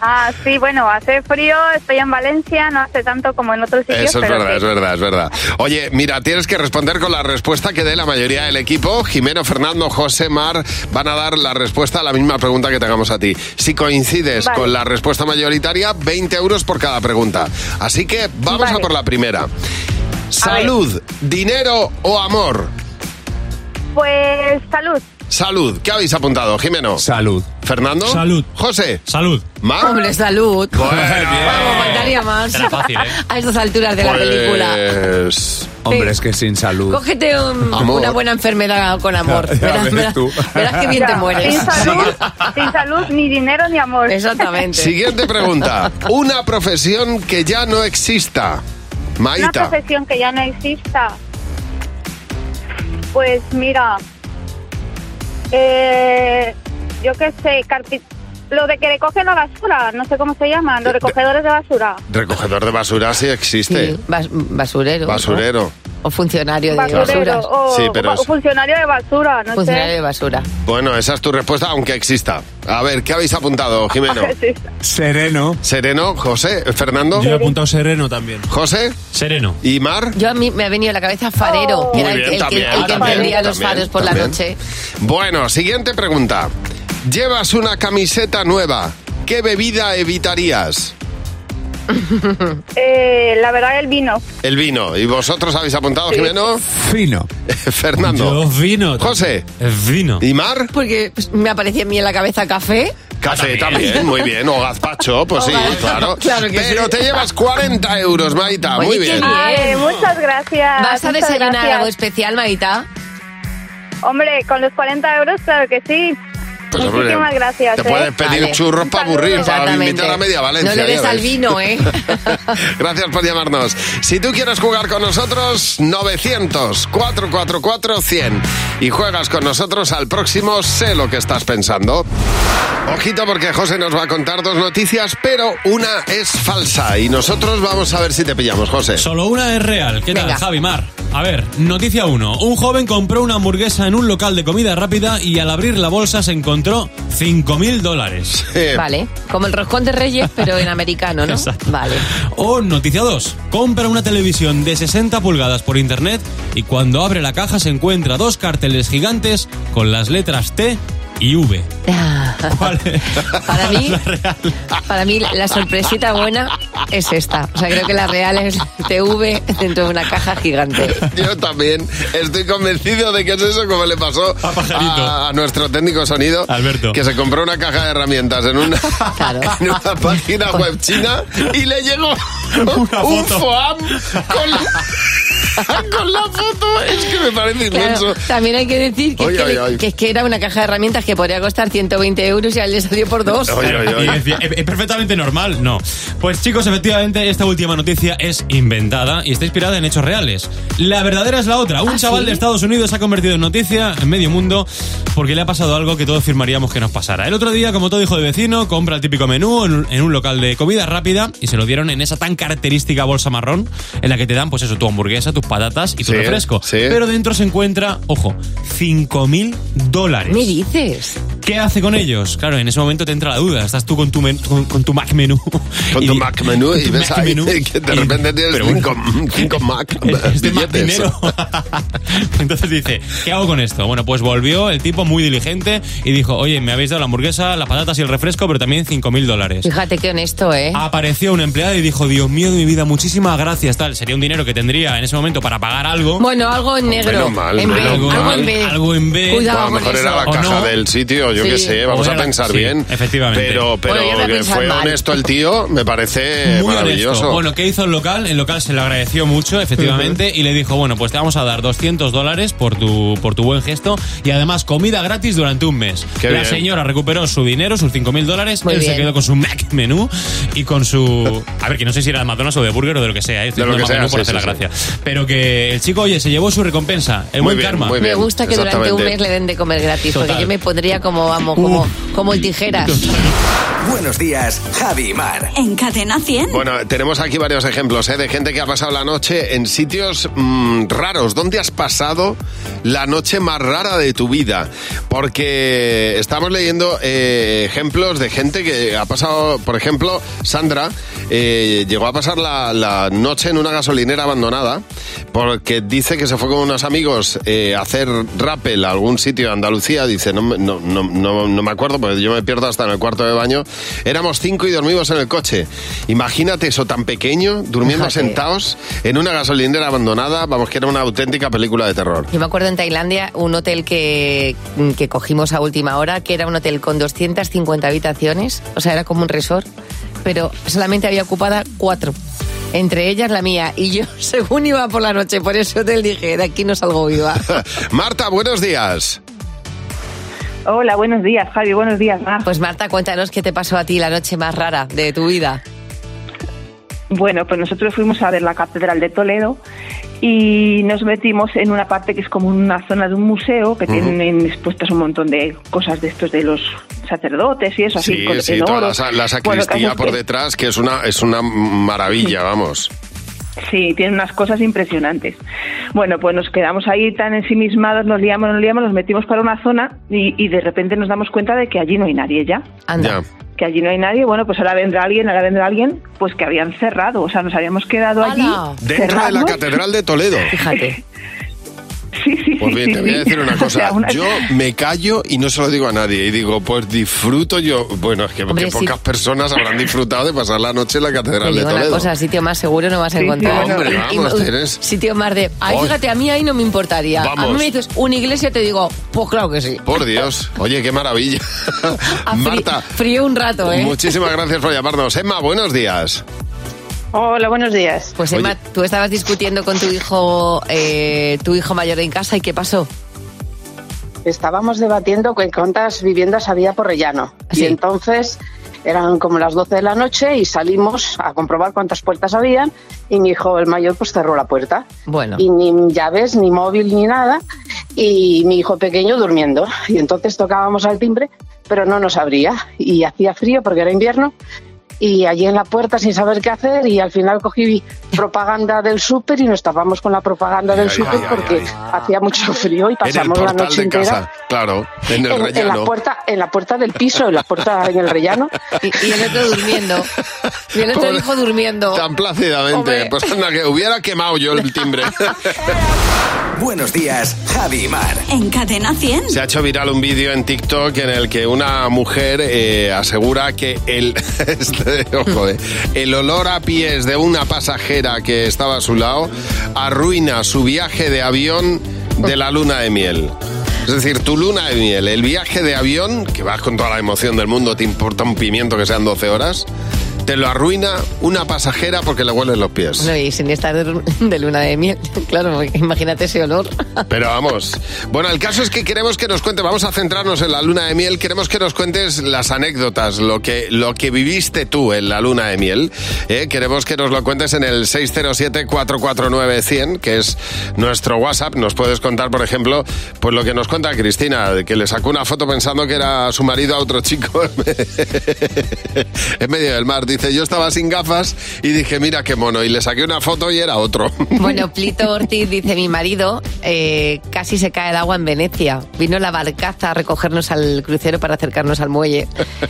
S20: Ah, sí, bueno, hace frío, estoy en Valencia, no hace tanto como en otros sitios.
S3: Eso es
S20: pero
S3: verdad,
S20: sí.
S3: es verdad, es verdad. Oye, mira, tienes que responder con la respuesta que dé la mayoría del equipo. Jimeno, Fernando, José, Mar van a dar la respuesta a la misma pregunta que te hagamos a ti. Si coincides
S21: Vale.
S3: con la respuesta mayoritaria, 20 euros por cada pregunta. Así que vamos a por la primera. Salud, dinero o amor.
S20: Pues salud.
S3: Salud. ¿Qué habéis apuntado, Jimeno? Salud. Fernando.
S12: Salud.
S3: José.
S12: Salud.
S3: Mar.
S4: Hombre, salud.
S3: Bueno.
S4: Faltaría más.
S3: Era fácil, ¿eh?
S4: A estas alturas de la película.
S3: Pues...
S4: Hombre, es
S22: Pues, que sin salud.
S4: Cógete un-
S22: Amor.
S4: una buena enfermedad con amor.
S22: Ya
S4: Verás,
S22: ves
S4: verás-
S22: tú.
S4: verás que bien te
S20: Ya,
S4: mueres.
S20: Sin salud, sin salud, ni dinero ni amor.
S4: Exactamente.
S3: Siguiente pregunta. Una profesión que ya no exista.
S20: Una
S3: Maita.
S20: profesión que ya no exista. Pues mira, eh, yo qué sé, carpi- lo de que recogen la basura, no sé cómo se llaman, los recogedores de basura.
S3: Recogedor de basura sí existe.
S4: Bas- basurero. ¿no?
S3: Basurero.
S4: O funcionario de
S20: Basurero
S4: basura.
S20: o,
S3: Sí, pero
S20: o
S3: es-
S20: funcionario de basura, no
S4: Funcionario
S20: sé.
S4: de basura.
S3: Bueno, esa es tu respuesta, aunque exista. A ver, ¿qué habéis apuntado, Jimeno?
S22: Sereno.
S3: Sereno, José, Fernando.
S12: Yo he apuntado sereno también.
S3: José.
S12: Sereno.
S3: ¿Y Mar?
S4: Yo a mí me ha venido a la cabeza
S20: Oh.
S4: farero, que
S3: Muy
S4: era el,
S3: bien,
S4: el que-
S3: también,
S4: el que
S3: también,
S4: encendía los
S3: también,
S4: faros por la
S3: también.
S4: noche.
S3: Bueno, siguiente pregunta. Llevas una camiseta nueva. ¿Qué bebida evitarías?
S20: Eh, la verdad, el vino.
S3: El vino. ¿Y vosotros habéis apuntado,
S20: Sí.
S3: Jimeno?
S22: Fino.
S3: Fernando.
S12: Yo vino.
S3: José.
S12: Vino.
S3: ¿Y Mar?
S4: Porque pues, me aparecía a mí en la cabeza café.
S3: Café también. muy bien. O gazpacho, pues sí, claro.
S4: Claro que
S3: Pero
S4: sí.
S3: te llevas 40 euros, Maita.
S4: Oye,
S3: Ah, muy
S4: qué
S3: bien.
S20: Ay, muchas gracias.
S4: ¿Vas a
S20: muchas
S4: desayunar
S20: gracias.
S4: algo especial, Maita?
S20: Hombre, con los 40 euros, claro que sí.
S3: Pues, hombre,
S20: Muchísimas gracias.
S3: Te
S20: ¿eh?
S3: puedes pedir churros para aburrir, para
S4: Exactamente.
S3: invitar a media Valencia.
S4: No le des
S3: ya
S4: al
S3: ves.
S4: vino, ¿eh?
S3: Gracias por llamarnos. Si tú quieres jugar con nosotros, 900-444-100. Y juegas con nosotros al próximo Sé lo que estás pensando. Ojito porque José nos va a contar dos noticias, pero una es falsa. Y nosotros vamos a ver si te pillamos, José.
S12: Solo una es real. ¿Qué tal, Javi Mar? A ver, noticia 1. Un joven compró una hamburguesa en un local de comida rápida y al abrir la bolsa se encontró 5.000 dólares.
S4: Vale. Como el roscón de Reyes, pero en americano, ¿no?
S12: Exacto.
S4: Vale.
S12: O noticia 2. Compra una televisión de 60 pulgadas por internet y cuando abre la caja se encuentra dos carteles gigantes con las letras T y V. ¿Cuál es?
S4: Ah. Para mí, para mí la sorpresita buena es esta. O sea, creo que la real es TV dentro de una caja gigante.
S3: Yo también estoy convencido de que es eso como le pasó a, a nuestro técnico sonido, Alberto, que se compró una caja de herramientas en una, en una página web china y le llegó un
S23: foto.
S3: FOAM con la, con la foto. Es que me parece
S4: Claro,
S3: inmenso.
S4: también hay que decir que,
S3: Oye,
S4: es que,
S3: oye, oye.
S4: que es que era una caja de herramientas que podría costar 120 euros y a él le salió por dos.
S12: Y decía, ¿Es, es perfectamente normal, no. Pues chicos, efectivamente, esta última noticia es inventada y está inspirada en hechos reales. La verdadera es la otra. Un
S24: ¿Ah,
S12: chaval
S24: sí?
S12: de Estados Unidos se ha convertido en noticia en medio mundo porque le ha pasado algo que todos firmaríamos que nos pasara. El otro día, como todo hijo de vecino, compra el típico menú en un, en un local de comida rápida y se lo dieron en esa tan característica bolsa marrón en la que te dan, pues eso, tu hamburguesa, tus patatas y tu
S3: Sí,
S12: refresco.
S3: sí.
S12: Pero dentro se encuentra, ojo, 5.000 dólares.
S4: ¿Me dices?
S12: ¿Qué hace con ellos? Claro, en ese momento te entra la duda. Estás tú con tu, men- con, con tu Mac menú.
S3: Con tu Mac menú y
S12: tu
S3: ves
S12: Mac
S3: ahí
S12: menú.
S3: que de
S12: Y-
S3: repente tienes
S12: pero bueno,
S3: cinco, cinco Mac billetes.
S12: dinero. Entonces dice, ¿qué hago con esto? Bueno, pues volvió el tipo muy diligente y dijo, oye, me habéis dado la hamburguesa, las patatas y el refresco, pero también 5.000 dólares.
S4: Fíjate qué honesto, ¿eh?
S5: Ah,
S12: Apareció un empleado y dijo, Dios mío de mi vida, muchísimas gracias, tal. Sería un dinero que tendría en ese momento para pagar algo.
S4: Bueno, algo en negro.
S3: Menos mal,
S4: en B,
S3: menos
S4: algo
S3: mal.
S4: en B.
S12: Algo en B.
S4: Cuidado
S3: a lo
S4: con
S3: mejor era la
S12: eso. ¿O
S3: caja
S12: no?
S3: del sitio, yo yo
S5: Sí.
S3: qué sé, vamos
S5: O
S3: a
S5: era-
S3: pensar
S5: sí,
S3: bien.
S5: efectivamente.
S3: Pero, pero
S5: Bueno, yo voy a
S3: que
S5: pensar
S3: fue
S5: mal.
S3: honesto el tío, me parece
S5: Muy honesto.
S3: maravilloso.
S5: Bueno, ¿qué hizo el local? El local se lo agradeció mucho, efectivamente, y le dijo, bueno, pues te vamos a dar 200 dólares por tu, por tu buen gesto y además comida gratis durante un mes.
S3: Qué
S5: la
S3: bien.
S5: señora recuperó su dinero, sus 5.000 dólares,
S3: Muy
S5: él se
S3: bien.
S5: quedó con su Mac menú y con su... A ver, que no sé si era de McDonald's o de Burger o de lo que sea, ¿eh? Estoy
S3: De lo
S5: diciendo
S3: que
S5: Mac
S3: sea,
S5: menú por
S3: sí,
S5: hacer la gracia. Pero que el chico, oye, se llevó su recompensa, el
S3: Muy
S5: buen
S3: bien,
S5: karma.
S3: muy
S4: Me gusta que durante un mes le den de comer gratis, porque
S5: Total.
S4: yo me pondría como, vamos, como, como el tijeras.
S2: Buenos días, Javi y Mar.
S1: En Cadena 100.
S3: Bueno, tenemos aquí varios ejemplos ¿eh? de gente que ha pasado la noche en sitios mm, raros. ¿Dónde has pasado la noche más rara de tu vida? Porque estamos leyendo eh, ejemplos de gente que ha pasado, por ejemplo, Sandra eh, llegó a pasar la, la noche en una gasolinera abandonada porque dice que se fue con unos amigos eh, a hacer rappel a algún sitio de Andalucía. Dice, no, me- no, no, no, no me acuerdo porque yo me pierdo hasta en el cuarto de baño. Éramos cinco y dormimos en el coche. Imagínate eso tan pequeño, durmiendo
S4: Fíjate.
S3: sentados en una gasolinera abandonada. Vamos, que era una auténtica película de terror.
S4: Yo me acuerdo en Tailandia un hotel que, que cogimos a última hora, que era un hotel con 250 habitaciones, o sea, era como un resort, pero solamente había ocupada cuatro. Entre ellas la mía. Y yo, según iba por la noche por ese hotel, dije, de aquí no salgo viva.
S3: Marta, buenos días.
S8: Hola, buenos días, Javi, buenos días, Mar.
S4: Pues Marta, cuéntanos qué te pasó a ti la noche más rara de tu vida.
S8: Bueno, pues nosotros fuimos a ver la Catedral de Toledo y nos metimos en una parte que es como una zona de un museo que
S3: Ujú.
S8: tienen expuestas un montón de cosas de estos de los sacerdotes y eso, así,
S3: Sí,
S8: con-
S3: sí,
S8: en
S3: toda
S8: oro.
S3: la, sa- la
S8: Bueno, el
S3: sacristía
S8: caso es
S3: por
S8: que-
S3: detrás, que es una, es una maravilla, vamos.
S8: Sí, tiene unas cosas impresionantes. Bueno, pues nos quedamos ahí tan ensimismados, nos liamos, nos liamos, nos metimos para una zona y, y de repente nos damos cuenta de que allí no hay nadie ya.
S3: Anda.
S8: Que allí no hay nadie, bueno, pues ahora vendrá alguien, ahora vendrá alguien, pues que habían cerrado, o sea, nos habíamos quedado allí.
S3: Dentro de la
S8: cerrados.
S3: Catedral de Toledo.
S4: Fíjate.
S3: Pues bien,
S8: sí,
S3: te voy a
S8: sí.
S3: decir una
S8: O sea,
S3: cosa.
S8: una-
S3: Yo me callo y no se lo digo a nadie. Y digo, pues disfruto yo. Bueno, es que,
S4: Hombre,
S3: que
S4: sí.
S3: pocas personas habrán disfrutado de pasar la noche en la
S4: Te
S3: Catedral de
S4: digo una
S3: Toledo.
S4: cosa, sitio más seguro no vas a
S3: Sí, sí,
S4: encontrar.
S3: bueno. Hombre, vamos,
S4: Y-
S3: tienes-
S4: Sitio más de, ay,
S3: Ay.
S4: fíjate, a mí ahí no me importaría. A mí
S3: Vamos.
S4: me dices, una iglesia, te digo, pues claro que sí.
S3: Por Dios. Oye, qué maravilla. Marta,
S4: Frío un rato, ¿eh?
S3: muchísimas gracias por llamarnos. Emma, buenos días.
S8: Hola, buenos días.
S4: Pues Emma, tú estabas discutiendo con tu hijo, eh, tu hijo mayor en casa, ¿y qué pasó?
S9: estábamos debatiendo que cuántas viviendas había por Rellano. Y entonces eran como las 12 de la noche y salimos a comprobar cuántas puertas habían y mi hijo, el mayor, pues cerró la puerta.
S4: Bueno.
S9: Y ni llaves, ni móvil, ni nada. Y mi hijo pequeño durmiendo. Y entonces tocábamos al timbre, pero no nos abría. Y hacía frío porque era invierno. Y allí en la puerta sin saber qué hacer y al final cogí propaganda del súper y nos tapamos con la propaganda del
S3: Ay,
S9: súper
S3: ay, ay,
S9: porque
S3: ay.
S9: hacía mucho frío y
S3: En el
S9: pasamos la
S3: portal
S9: noche
S3: de
S9: entera
S3: casa. Claro, en
S9: en,
S3: el
S9: en la
S3: rellano.
S9: puerta en la puerta del piso en la puerta en el rellano
S4: y, el otro durmiendo y el otro
S3: Pobre-
S4: hijo durmiendo
S3: Tan plácidamente.
S4: Hombre.
S3: Pues anda, que hubiera quemado yo el timbre.
S2: Buenos días, Javi y Mar.
S1: En Cadena 100.
S3: Se ha hecho viral un vídeo en TikTok en el que una mujer eh, asegura que el, este, ojo, eh, el olor a pies de una pasajera que estaba a su lado arruina su viaje de avión de la luna de miel. Es decir, tu luna de miel, el viaje de avión, que vas con toda la emoción del mundo, te importa un pimiento que sean 12 horas, te lo arruina una pasajera porque le huelen los pies.
S4: Bueno, y sin estar de, de luna de miel claro porque imagínate ese olor
S3: Pero vamos. Bueno, el caso es que queremos que nos cuentes, vamos a centrarnos en la luna de miel, queremos que nos cuentes las anécdotas, lo que, lo que viviste tú en la luna de miel. ¿eh? Queremos que nos lo cuentes en el 607-449-100, que es nuestro WhatsApp. Nos puedes contar, por ejemplo, pues lo que nos cuenta Cristina, de que le sacó una foto pensando que era su marido a otro chico en medio del mar. Dice, yo estaba sin gafas y dije, mira qué mono. Y le saqué una foto y era otro.
S4: bueno Plito Ortiz dice mi marido eh, casi se cae el agua en Venecia vino la barcaza a recogernos al crucero para acercarnos al muelle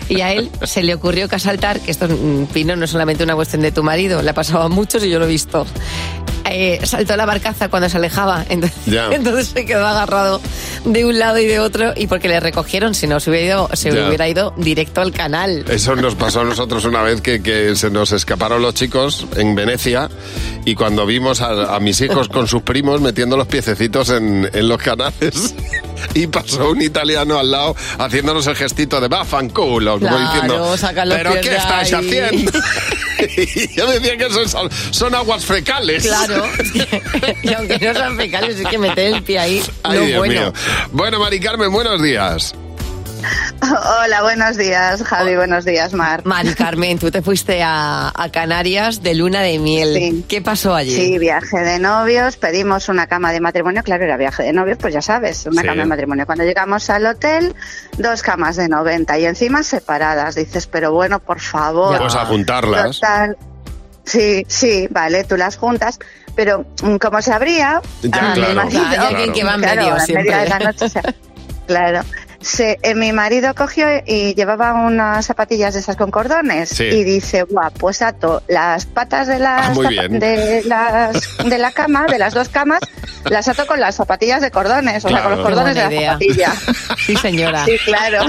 S4: y a él se le ocurrió que asaltar que esto mm, Pino no es solamente una cuestión de tu marido le ha pasado a muchos y yo lo he visto eh, saltó la barcaza cuando se alejaba entonces
S3: Ya.
S4: Entonces se quedó agarrado de un lado y de otro y porque le recogieron, si no se hubiera ido, se
S3: Ya.
S4: hubiera ido directo al canal.
S3: Eso nos pasó a nosotros una vez que, que se nos escaparon los chicos en Venecia y cuando vimos a, a mis hijos con sus primos metiendo los piececitos en, en los canales, y pasó un italiano al lado haciéndonos el gestito de vaffanculo, como
S4: Claro,
S3: diciendo,
S4: saca los
S3: ¿pero
S4: pies
S3: qué
S4: de
S3: estáis
S4: ahí".
S3: haciendo? y yo decía que son, son- son aguas fecales.
S4: Claro, y aunque no sean fecales, es que meter el pie ahí,
S3: Ay,
S4: no
S3: Dios
S4: bueno.
S3: mío. Bueno, Mari Carmen, buenos días.
S25: Hola, buenos días, Javi. Buenos días, Mar.
S4: Mari Carmen, tú te fuiste a, a Canarias de luna de miel. ¿Qué pasó allí?
S25: Sí, viaje de novios, pedimos una cama de matrimonio, claro, era viaje de novios, pues ya sabes, una
S4: Sí.
S25: cama de matrimonio. Cuando llegamos al hotel, dos camas de 90 y encima separadas, dices, pero bueno, por favor.
S3: Vamos a juntarlas.
S25: Total, Sí, sí, vale, tú las juntas, pero mm, como sabría,
S3: Ya,
S25: a
S3: claro,
S25: mi marido,
S3: hay alguien que va en
S25: Ah, claro,
S3: medio
S25: a las
S3: siempre.
S25: media de la noche, o sea, claro, se- eh, mi marido cogió y llevaba unas zapatillas de esas con cordones
S22: Sí.
S25: y dice, guau, pues ato las patas de las,
S22: Ah, muy
S25: zapa-
S22: bien.
S25: de las de la cama, de las dos camas, las ato con las zapatillas de cordones, o sea, con
S4: Claro.
S25: los cordones
S4: Qué
S25: de
S4: buena
S25: la
S4: idea.
S25: zapatilla.
S4: Sí, señora.
S25: Sí, claro.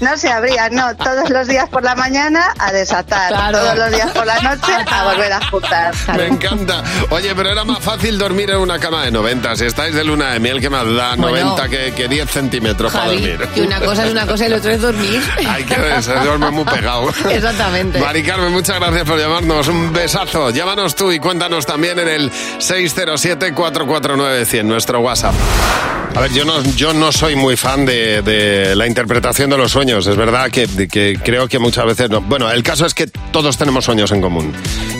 S25: No se abría, no. Todos los días por la mañana a desatar.
S4: Claro.
S25: Todos los días por la noche a volver a juntar.
S3: Me encanta. Oye, pero era más fácil dormir en una cama de 90. Si estáis de luna de miel, que más da
S4: Bueno.
S3: 90 que, que 10 centímetros para
S4: Javi,
S3: dormir.
S4: que una cosa es una cosa y el otro es dormir.
S3: Hay que ver, se duerme muy pegado.
S4: Exactamente.
S3: Mari Carmen, muchas gracias por llamarnos. Un besazo. Llámanos tú y cuéntanos también en el 607-449-100, nuestro WhatsApp. A ver, yo no, yo no soy muy fan de, de la interpretación de los sueños. Es verdad que, de que creo que muchas veces no. Bueno, el caso es que todos tenemos sueños en común.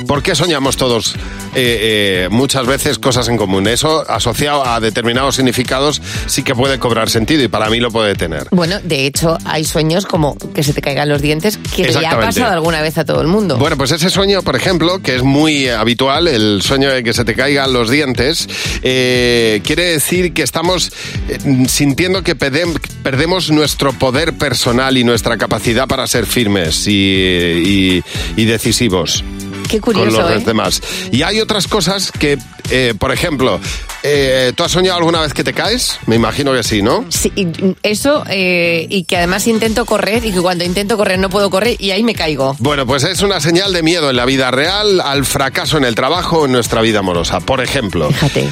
S3: ¿Por qué soñamos todos eh, eh, muchas veces cosas en común? Eso asociado a determinados significados sí que puede cobrar sentido y para mí lo puede tener.
S4: Bueno, de hecho, hay sueños como que se te caigan los dientes, que le ha
S3: Exactamente.
S4: pasado alguna vez a todo el mundo.
S3: Bueno, pues ese sueño, por ejemplo, que es muy eh, habitual, el sueño de que se te caigan los dientes, eh, quiere decir que estamos eh, sintiendo que pedem- perdemos nuestro poder personal y nuestra capacidad para ser firmes y, y- y decisivos.
S4: Qué curioso,
S3: Con los
S4: ¿eh?
S3: demás. Y hay otras cosas que, eh, por ejemplo, eh, ¿tú has soñado alguna vez que te caes? Me imagino que sí, ¿no?
S4: Sí, y eso, eh, y que además intento correr, y que cuando intento correr no puedo correr, y ahí me caigo.
S3: Bueno, pues es una señal de miedo en la vida real, al fracaso en el trabajo, en nuestra vida amorosa, por ejemplo.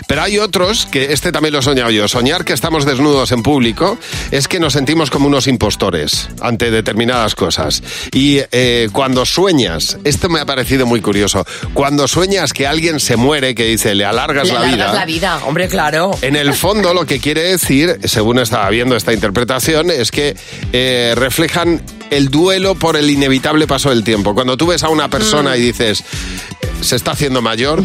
S3: Pero hay otros que este también lo he soñado yo. Soñar que estamos desnudos en público es que nos sentimos como unos impostores ante determinadas cosas. Y eh, cuando sueñas, esto me ha parecido muy curioso, cuando sueñas que alguien se muere, que dice, le alargas
S4: Le
S3: la
S4: alargas
S3: vida.
S4: la vida, hombre, claro.
S3: En el fondo lo que quiere decir, según estaba viendo esta interpretación, es que eh, reflejan el duelo por el inevitable paso del tiempo. Cuando tú ves a una persona y dices, se está haciendo mayor,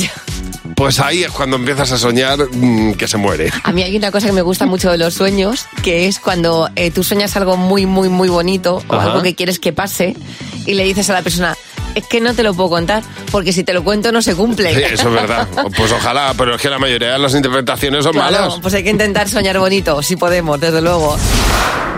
S3: pues ahí es cuando empiezas a soñar mm, que se muere.
S4: A mí hay una cosa que me gusta mucho de los sueños, que es cuando eh, tú sueñas algo muy, muy, muy bonito o
S3: Ajá.
S4: algo que quieres que pase y le dices a la persona, es que no te lo puedo contar, porque si te lo cuento no se cumple.
S3: Sí, eso es verdad. Pues ojalá, pero es que la mayoría de las interpretaciones son
S4: Claro,
S3: malas.
S4: pues hay que intentar soñar bonito, si podemos, desde luego.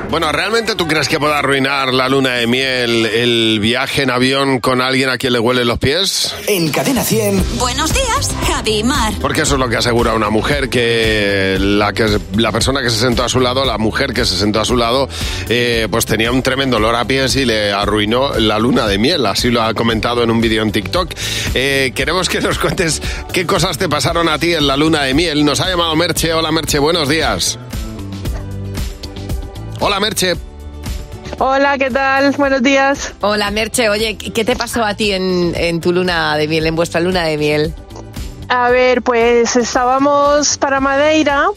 S3: Bueno, ¿realmente tú crees que pueda arruinar la luna de miel, el viaje en avión con alguien a quien le huelen los pies?
S2: En Cadena 100.
S1: Buenos días, Javi y Mar.
S3: Porque eso es lo que asegura una mujer, que la, que, la persona que se sentó a su lado, la mujer que se sentó a su lado, eh, pues tenía un tremendo olor a pies y le arruinó la luna de miel. Así lo ha comentado en un vídeo en TikTok. Eh, queremos que nos cuentes qué cosas te pasaron a ti en la luna de miel. Nos ha llamado Merche. Hola Merche, buenos días. Hola Merche.
S4: Hola, ¿qué tal? Buenos días. Hola, Merche. Oye, ¿qué te pasó a ti en, en tu luna de miel, en vuestra luna de miel?
S26: A ver, pues estábamos para Madeira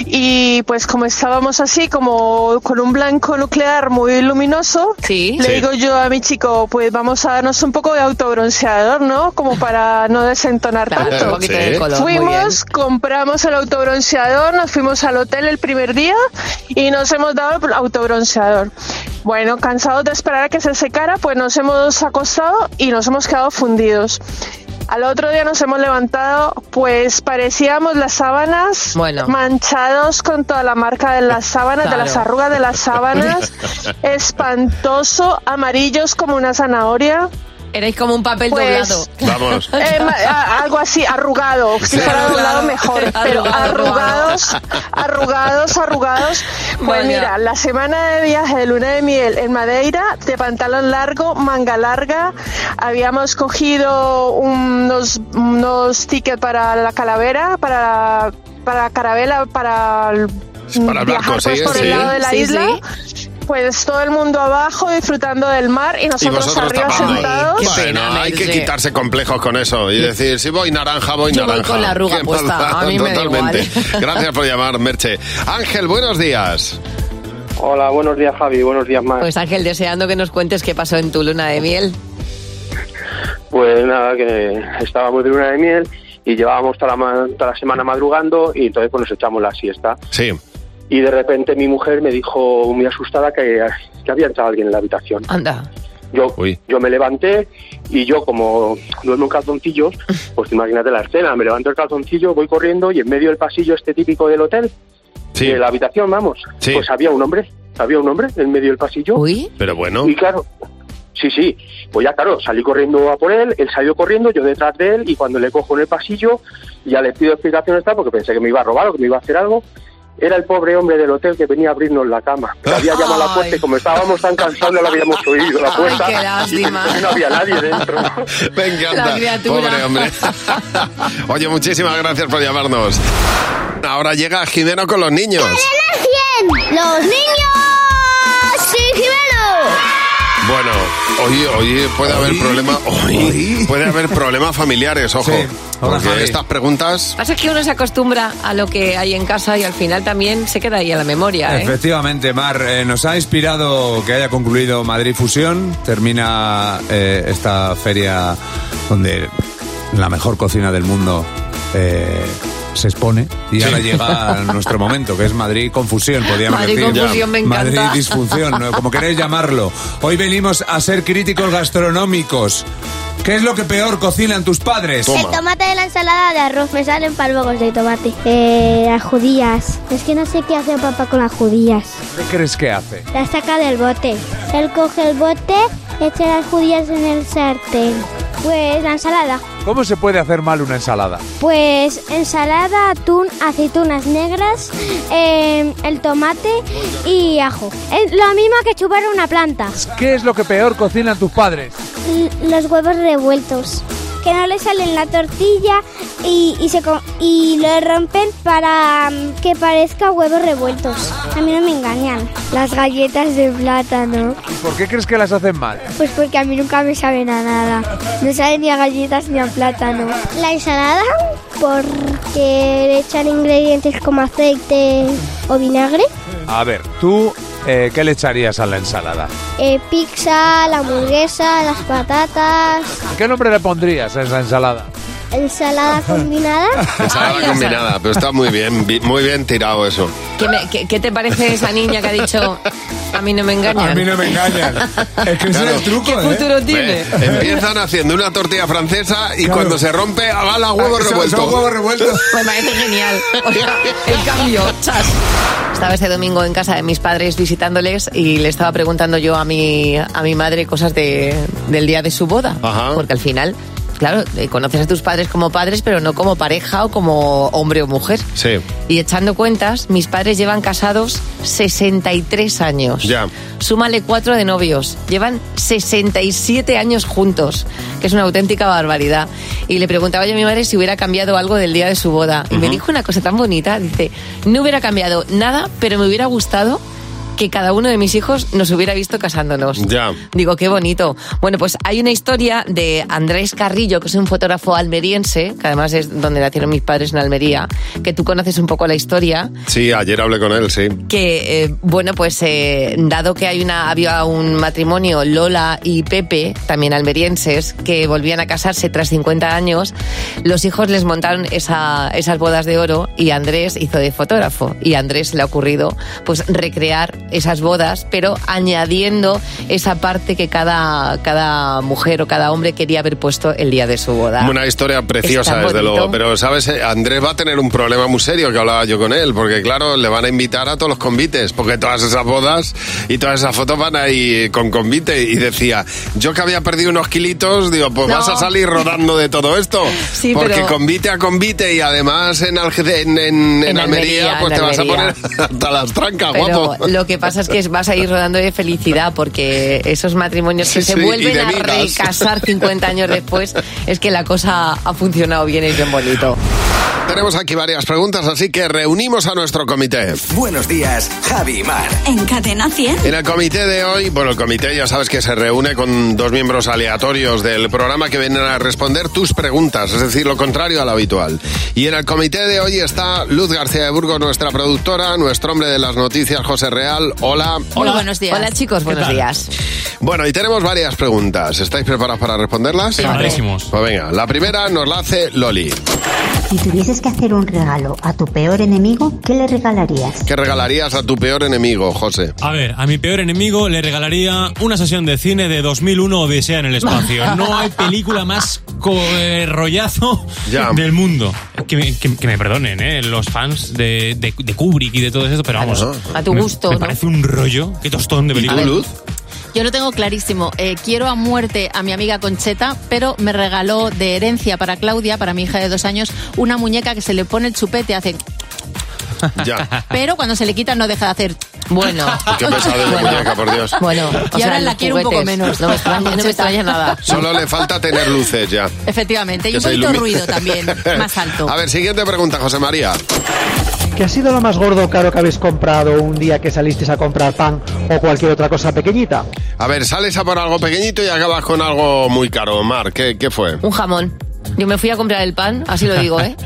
S26: y pues como estábamos así, como con un blanco nuclear muy luminoso, le
S27: Sí.
S26: digo yo a mi chico, pues vamos a darnos un poco de autobronceador, ¿no? Como para no desentonar
S27: Claro,
S26: tanto.
S27: un poquito de Sí. color, muy
S26: Fuimos, compramos el autobronceador, nos fuimos al hotel el primer día y nos hemos dado el autobronceador. Bueno, cansados de esperar a que se secara, pues nos hemos acostado y nos hemos quedado fundidos. Al otro día nos hemos levantado, pues parecíamos las sábanas
S4: Bueno.
S26: manchados con toda la marca de las sábanas, de las
S4: Claro.
S26: arrugas de las sábanas, espantoso, amarillos como una zanahoria. Pues,
S4: Erais como un papel doblado.
S3: Vamos.
S26: eh, ma- a- algo así, arrugado. Si
S27: Sí.
S26: fuera doblado
S27: Arrugado.
S26: mejor, pero arrugados, arrugados, arrugados. Pues
S27: Vaya.
S26: mira, la semana de viaje de luna de miel en Madeira, de pantalón largo, manga larga, habíamos cogido unos, unos tickets para la calavera, para, para la carabela, para el
S3: para hablar
S26: viajar
S3: con
S26: pues,
S3: sí,
S26: por
S3: sí.
S26: el lado de la
S3: Sí,
S26: isla. Pues todo el mundo abajo disfrutando del mar y
S3: Y
S26: nosotros,
S3: vosotros
S26: arriba
S3: tapando.
S26: sentados.
S3: Bueno, hay que quitarse complejos con eso y decir, si voy naranja, voy
S26: Yo voy
S3: naranja.
S26: con la arruga
S3: Qué
S26: puesta,
S3: maldad,
S26: a mí me da
S3: Totalmente. Gracias por llamar, Merche. Ángel, buenos días.
S28: Hola, buenos días Javi, buenos días más.
S4: Pues
S28: Pues,
S4: Ángel, deseando que nos cuentes qué pasó en tu luna de miel.
S28: Pues nada, que estábamos de luna de miel y llevábamos toda la, ma- toda la semana madrugando y entonces pues nos echamos la siesta.
S3: Sí.
S28: Y de repente mi mujer me dijo muy asustada que, que había entrado alguien en la habitación.
S4: Anda.
S28: Yo, yo me levanté y yo como duermo en calzoncillos, pues imagínate la escena, me levanto el calzoncillo, voy corriendo y en medio del pasillo este típico del hotel, de la habitación, vamos, pues había un hombre, había un hombre en medio del pasillo.
S3: Pero bueno.
S28: Y claro, sí, sí, pues ya claro, salí corriendo a por él, él salió corriendo, yo detrás de él y cuando le cojo en el pasillo ya le pido explicaciones tal porque pensé que me iba a robar o que me iba a hacer algo. Era el pobre hombre del hotel que venía a abrirnos la cama. Le había llamado a la puerta y como estábamos tan cansados no la habíamos oído la puerta.
S4: Ay, qué lástima.
S28: Y no había nadie dentro.
S3: Me encanta.
S4: La criatura.
S3: Pobre hombre. Oye, muchísimas gracias por llamarnos. Ahora llega Jimeno con los niños.
S29: ¡Los niños! ¡Sí,
S3: Bueno, hoy, hoy puede haber problema. Hoy puede haber problemas familiares, ojo. porque estas preguntas.
S4: Pasa que uno se acostumbra a lo que hay en casa y al final también se queda ahí a la memoria, ¿eh?
S22: Efectivamente, Mar, eh, nos ha inspirado que haya concluido Madrid Fusión. Termina eh, esta feria donde la mejor cocina del mundo eh, se expone. Y
S27: Sí.
S22: ahora llega nuestro momento, que es Madrid Confusión, podríamos
S4: Madrid
S22: decir.
S4: Confusión, me encanta.
S22: Madrid Disfunción, ¿no? como queréis llamarlo. Hoy venimos a ser críticos gastronómicos. ¿Qué es lo que peor cocinan tus padres?
S29: El tomate de la ensalada de arroz me salen palbocos de tomate. Eh, las judías. Es que no sé qué hace papá con las judías.
S22: ¿Qué crees que hace?
S29: Las saca del bote. Él coge el bote, echa las judías en el sartén. Pues la ensalada.
S22: ¿Cómo se puede hacer mal una ensalada?
S29: Pues ensalada, atún, aceitunas negras, eh, el tomate y ajo. Es lo mismo que chupar una planta.
S22: ¿Qué es lo que peor cocinan tus padres?
S29: L- los huevos revueltos que no le salen la tortilla y, y se co- y lo rompen para mm, que parezca huevos revueltos. A mí no me engañan. Las galletas de plátano.
S22: ¿Por qué crees que las hacen mal?
S29: Pues porque a mí nunca me saben a nada. No saben ni a galletas ni a plátano. La ensalada porque le echan ingredientes como aceite o vinagre.
S22: A ver, ¿tú eh, qué le echarías a la ensalada?
S29: eh, pizza, la hamburguesa, las patatas.
S22: ¿Qué nombre le pondrías a esa ensalada?
S29: Ensalada combinada.
S3: Ensalada
S4: la
S3: combinada, pero está muy bien, vi- muy bien tirado eso.
S4: ¿Qué, me- qué- qué te parece esa niña que ha dicho, a mí no me engañan?
S3: A mí no me engañan.
S22: Es que
S3: Claro.
S4: ¿Qué futuro tiene?
S3: Ve, empiezan haciendo una tortilla francesa y
S22: Claro.
S3: cuando se rompe, avala huevo
S22: Ah, son-
S3: revuelto.
S22: son huevos revueltos.
S4: Pues me parece genial. O sea, el cambio, chas. Estaba este domingo en casa de mis padres visitándoles y le estaba preguntando yo a mi, a mi madre cosas de, del día de su boda. Porque al final, claro, eh, conoces a tus padres como padres, pero no como pareja o como hombre o mujer.
S3: Sí.
S4: Y echando cuentas, mis padres llevan casados 63 años.
S3: Ya.
S4: Súmale cuatro de novios. Llevan 67 años juntos, que es una auténtica barbaridad. Y le preguntaba yo a mi madre si hubiera cambiado algo del día de su boda. Y me
S30: Ujú.
S4: dijo una cosa tan bonita. Dice, no hubiera cambiado nada, pero me hubiera gustado que cada uno de mis hijos nos hubiera visto casándonos.
S3: Ya.
S4: Digo, qué bonito. Bueno, pues hay una historia de Andrés Carrillo, que es un fotógrafo almeriense, que además es donde nacieron mis padres en Almería, que tú conoces un poco la historia
S3: Sí, ayer hablé con él, sí.
S4: que eh, bueno pues eh, dado que hay una había un matrimonio Lola y Pepe también almerienses que volvían a casarse tras 50 años los hijos les montaron esa- esas bodas de oro y Andrés hizo de fotógrafo y a Andrés le ha ocurrido pues recrear esas bodas pero añadiendo esa parte que cada cada mujer o cada hombre quería haber puesto el día de su boda
S3: Una historia preciosa,
S4: Está
S3: desde
S4: bonito.
S3: luego. Pero, ¿sabes? Eh, Andrés va a tener un problema muy serio que hablaba yo con él, porque, claro, le van a invitar a todos los convites, porque todas esas bodas y todas esas fotos van ahí con convite. Y decía, yo que había perdido unos kilitos, digo, pues
S4: No.
S3: vas a salir rodando de todo esto.
S4: Sí,
S3: porque
S4: pero-
S3: convite a convite y además en, Alge- en, en- en
S4: En Almería,
S3: Almería, pues
S4: en
S3: te vas a
S4: Almería.
S3: poner hasta las trancas,
S4: Pero
S3: guapo.
S4: lo que que pasa es que vas a ir rodando de felicidad porque esos matrimonios que
S3: Sí,
S4: se
S3: sí, y
S4: vuelven
S3: de
S4: a
S3: migas.
S4: recasar 50 años después es que la cosa ha funcionado bien y bien bonito.
S3: Tenemos aquí varias preguntas, así que reunimos a nuestro comité.
S2: Buenos días, Javi y Mar.
S1: En Cadena 100.
S3: En el comité de hoy, bueno, el comité ya sabes que se reúne con dos miembros aleatorios del programa que vienen a responder tus preguntas, es decir, lo contrario a lo habitual. Y en el comité de hoy está Luz García de Burgos, nuestra productora, nuestro hombre de las noticias, José Real. Hola.
S4: Muy buenos días. Hola chicos, buenos
S3: tal?
S4: días.
S3: Bueno, y tenemos varias preguntas. ¿Estáis preparados para responderlas?
S10: Preparadísimos.
S3: Pues venga, la primera nos la hace Loli.
S10: Si tuvieses que hacer un regalo a tu peor enemigo, ¿qué le regalarías?
S3: ¿Qué regalarías a tu peor enemigo, José?
S10: A ver,
S12: A mi peor enemigo le regalaría una sesión de cine de 2001 Odisea en el espacio. No hay película más co- eh, rollazo del mundo. Que me, que- que me perdonen, ¿eh? los fans de, de- de Kubrick y de todo eso, pero vamos.
S13: A tu
S12: me-
S13: gusto,
S12: Me,
S13: ¿no?
S12: parece un rollo. Qué tostón de película.
S3: Luz?
S13: Yo lo tengo clarísimo. Eh, quiero a muerte a mi amiga Concheta, pero me regaló de herencia para Claudia, para mi hija de dos años, una muñeca que se le pone el chupete, hace.
S3: Ya.
S13: Pero cuando se le quita no deja de hacer.
S4: Bueno.
S3: Qué pesado de muñeca, por Dios.
S4: Bueno,
S13: Y ahora la quiero un poco menos.
S4: No me extraña, no me extraña nada.
S3: Solo le falta tener luces ya.
S13: Efectivamente, y
S3: Que
S13: un
S3: se
S13: poquito
S3: ilumine.
S13: ruido también, más alto.
S3: A ver, siguiente pregunta, José María.
S27: ¿Qué ha sido lo más gordo o caro que habéis comprado un día que salisteis a comprar pan o cualquier otra cosa pequeñita?
S3: A ver, sales a por algo pequeñito y acabas con algo muy caro. Mar, ¿qué, qué fue?
S4: Un jamón. Yo me fui a comprar el pan, así lo digo, ¿eh?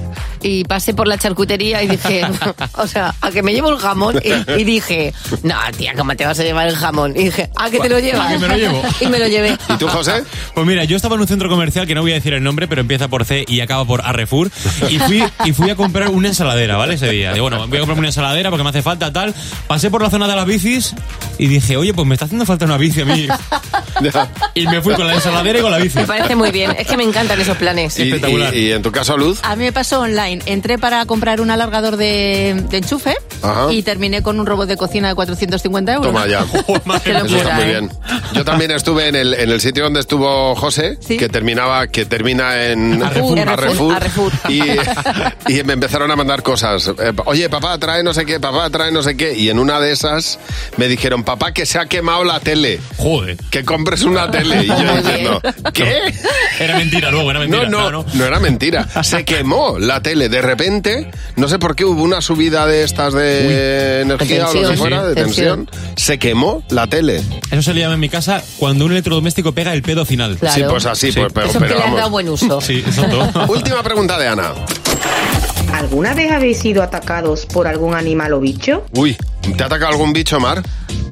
S4: Y pasé por la charcutería y dije, o sea, a que me llevo el jamón. Y, y dije, no, tía, ¿cómo te vas a llevar el jamón? Y dije, ¿a que te lo
S12: ¿A
S4: llevas?
S12: que me lo llevo?
S4: y me lo llevé.
S3: ¿Y tú, José?
S12: Pues mira, yo estaba en un centro comercial que no voy a decir el nombre, pero empieza por C y acaba por Arrefour. Y fui, y fui a comprar una ensaladera, ¿vale? Ese día. Digo, bueno, voy a comprarme una ensaladera porque me hace falta tal. Pasé por la zona de las bicis y dije, oye, pues me está haciendo falta una bici a mí. Y me fui con la ensaladera y con la bici.
S4: Me parece muy bien. Es que me encantan esos planes.
S3: Y-
S12: Espectacular.
S3: Y, y en tu caso, Luz.
S13: A mí me pasó online. Entré para comprar un alargador de, de enchufe
S3: Ajá.
S13: y terminé con un robot de cocina de 450 euros.
S3: Toma ya.
S13: Qué
S3: Eso está
S13: locura,
S3: muy
S13: ¿eh?
S3: bien. Yo también estuve en el, en el sitio donde estuvo José, que terminaba, que termina Uh, en
S4: Arrefour.
S3: Arrefour.
S4: Arrefour.
S3: Y, y me empezaron a mandar cosas. Eh, Oye, papá, trae no sé qué, papá, trae no sé qué. Y en una de esas me dijeron, papá, que se ha quemado la tele.
S12: Joder.
S3: Que compres una tele. Y yo diciendo, ¿qué?
S12: Era mentira luego, era mentira.
S3: No, no, no era mentira. Se quemó la tele. De repente, no sé por qué hubo una subida de estas de energía o lo que
S12: tensión,
S3: fuera, de
S12: sí.
S3: tensión. Se quemó la tele.
S12: Eso se le llama en mi casa cuando un electrodoméstico pega el pedo final.
S3: Claro. Sí, pues así, pues, pero- Eso pero que le has vamos. dado buen
S4: uso.
S12: Sí, exacto.
S3: Última pregunta de Ana.
S30: ¿Alguna vez habéis sido atacados por algún animal o bicho?
S3: Uy, ¿te ha atacado algún bicho, Mar?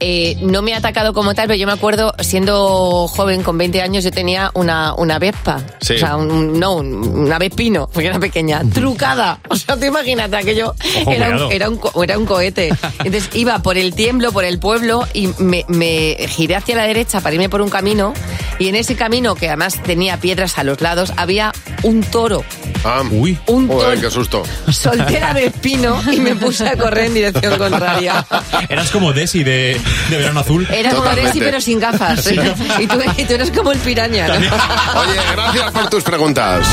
S4: Eh, no me ha atacado como tal, pero yo me acuerdo, siendo joven, con 20 años, yo tenía una, una vespa.
S3: Sí.
S4: O sea, un- no, un- una vespino, porque era pequeña, trucada. O sea, tú imagínate aquello.
S13: Ojo,
S4: era,
S13: cuidado.
S4: un, era, un, co- era un cohete. Entonces iba por el tiemblo, por el pueblo, y me, me giré hacia la derecha para irme por un camino. Y en ese camino, que además tenía piedras a los lados, había un toro.
S3: Ah,
S12: uy,
S4: un
S3: Joder, qué susto.
S4: Solté la vespino y me puse a correr en dirección contraria.
S12: Eras como Desi de, de verano azul.
S4: Era como Desi, pero sin gafas.
S12: Sin
S4: y, tú, y tú eres como el piraña, ¿no?
S3: Oye, gracias por tus preguntas.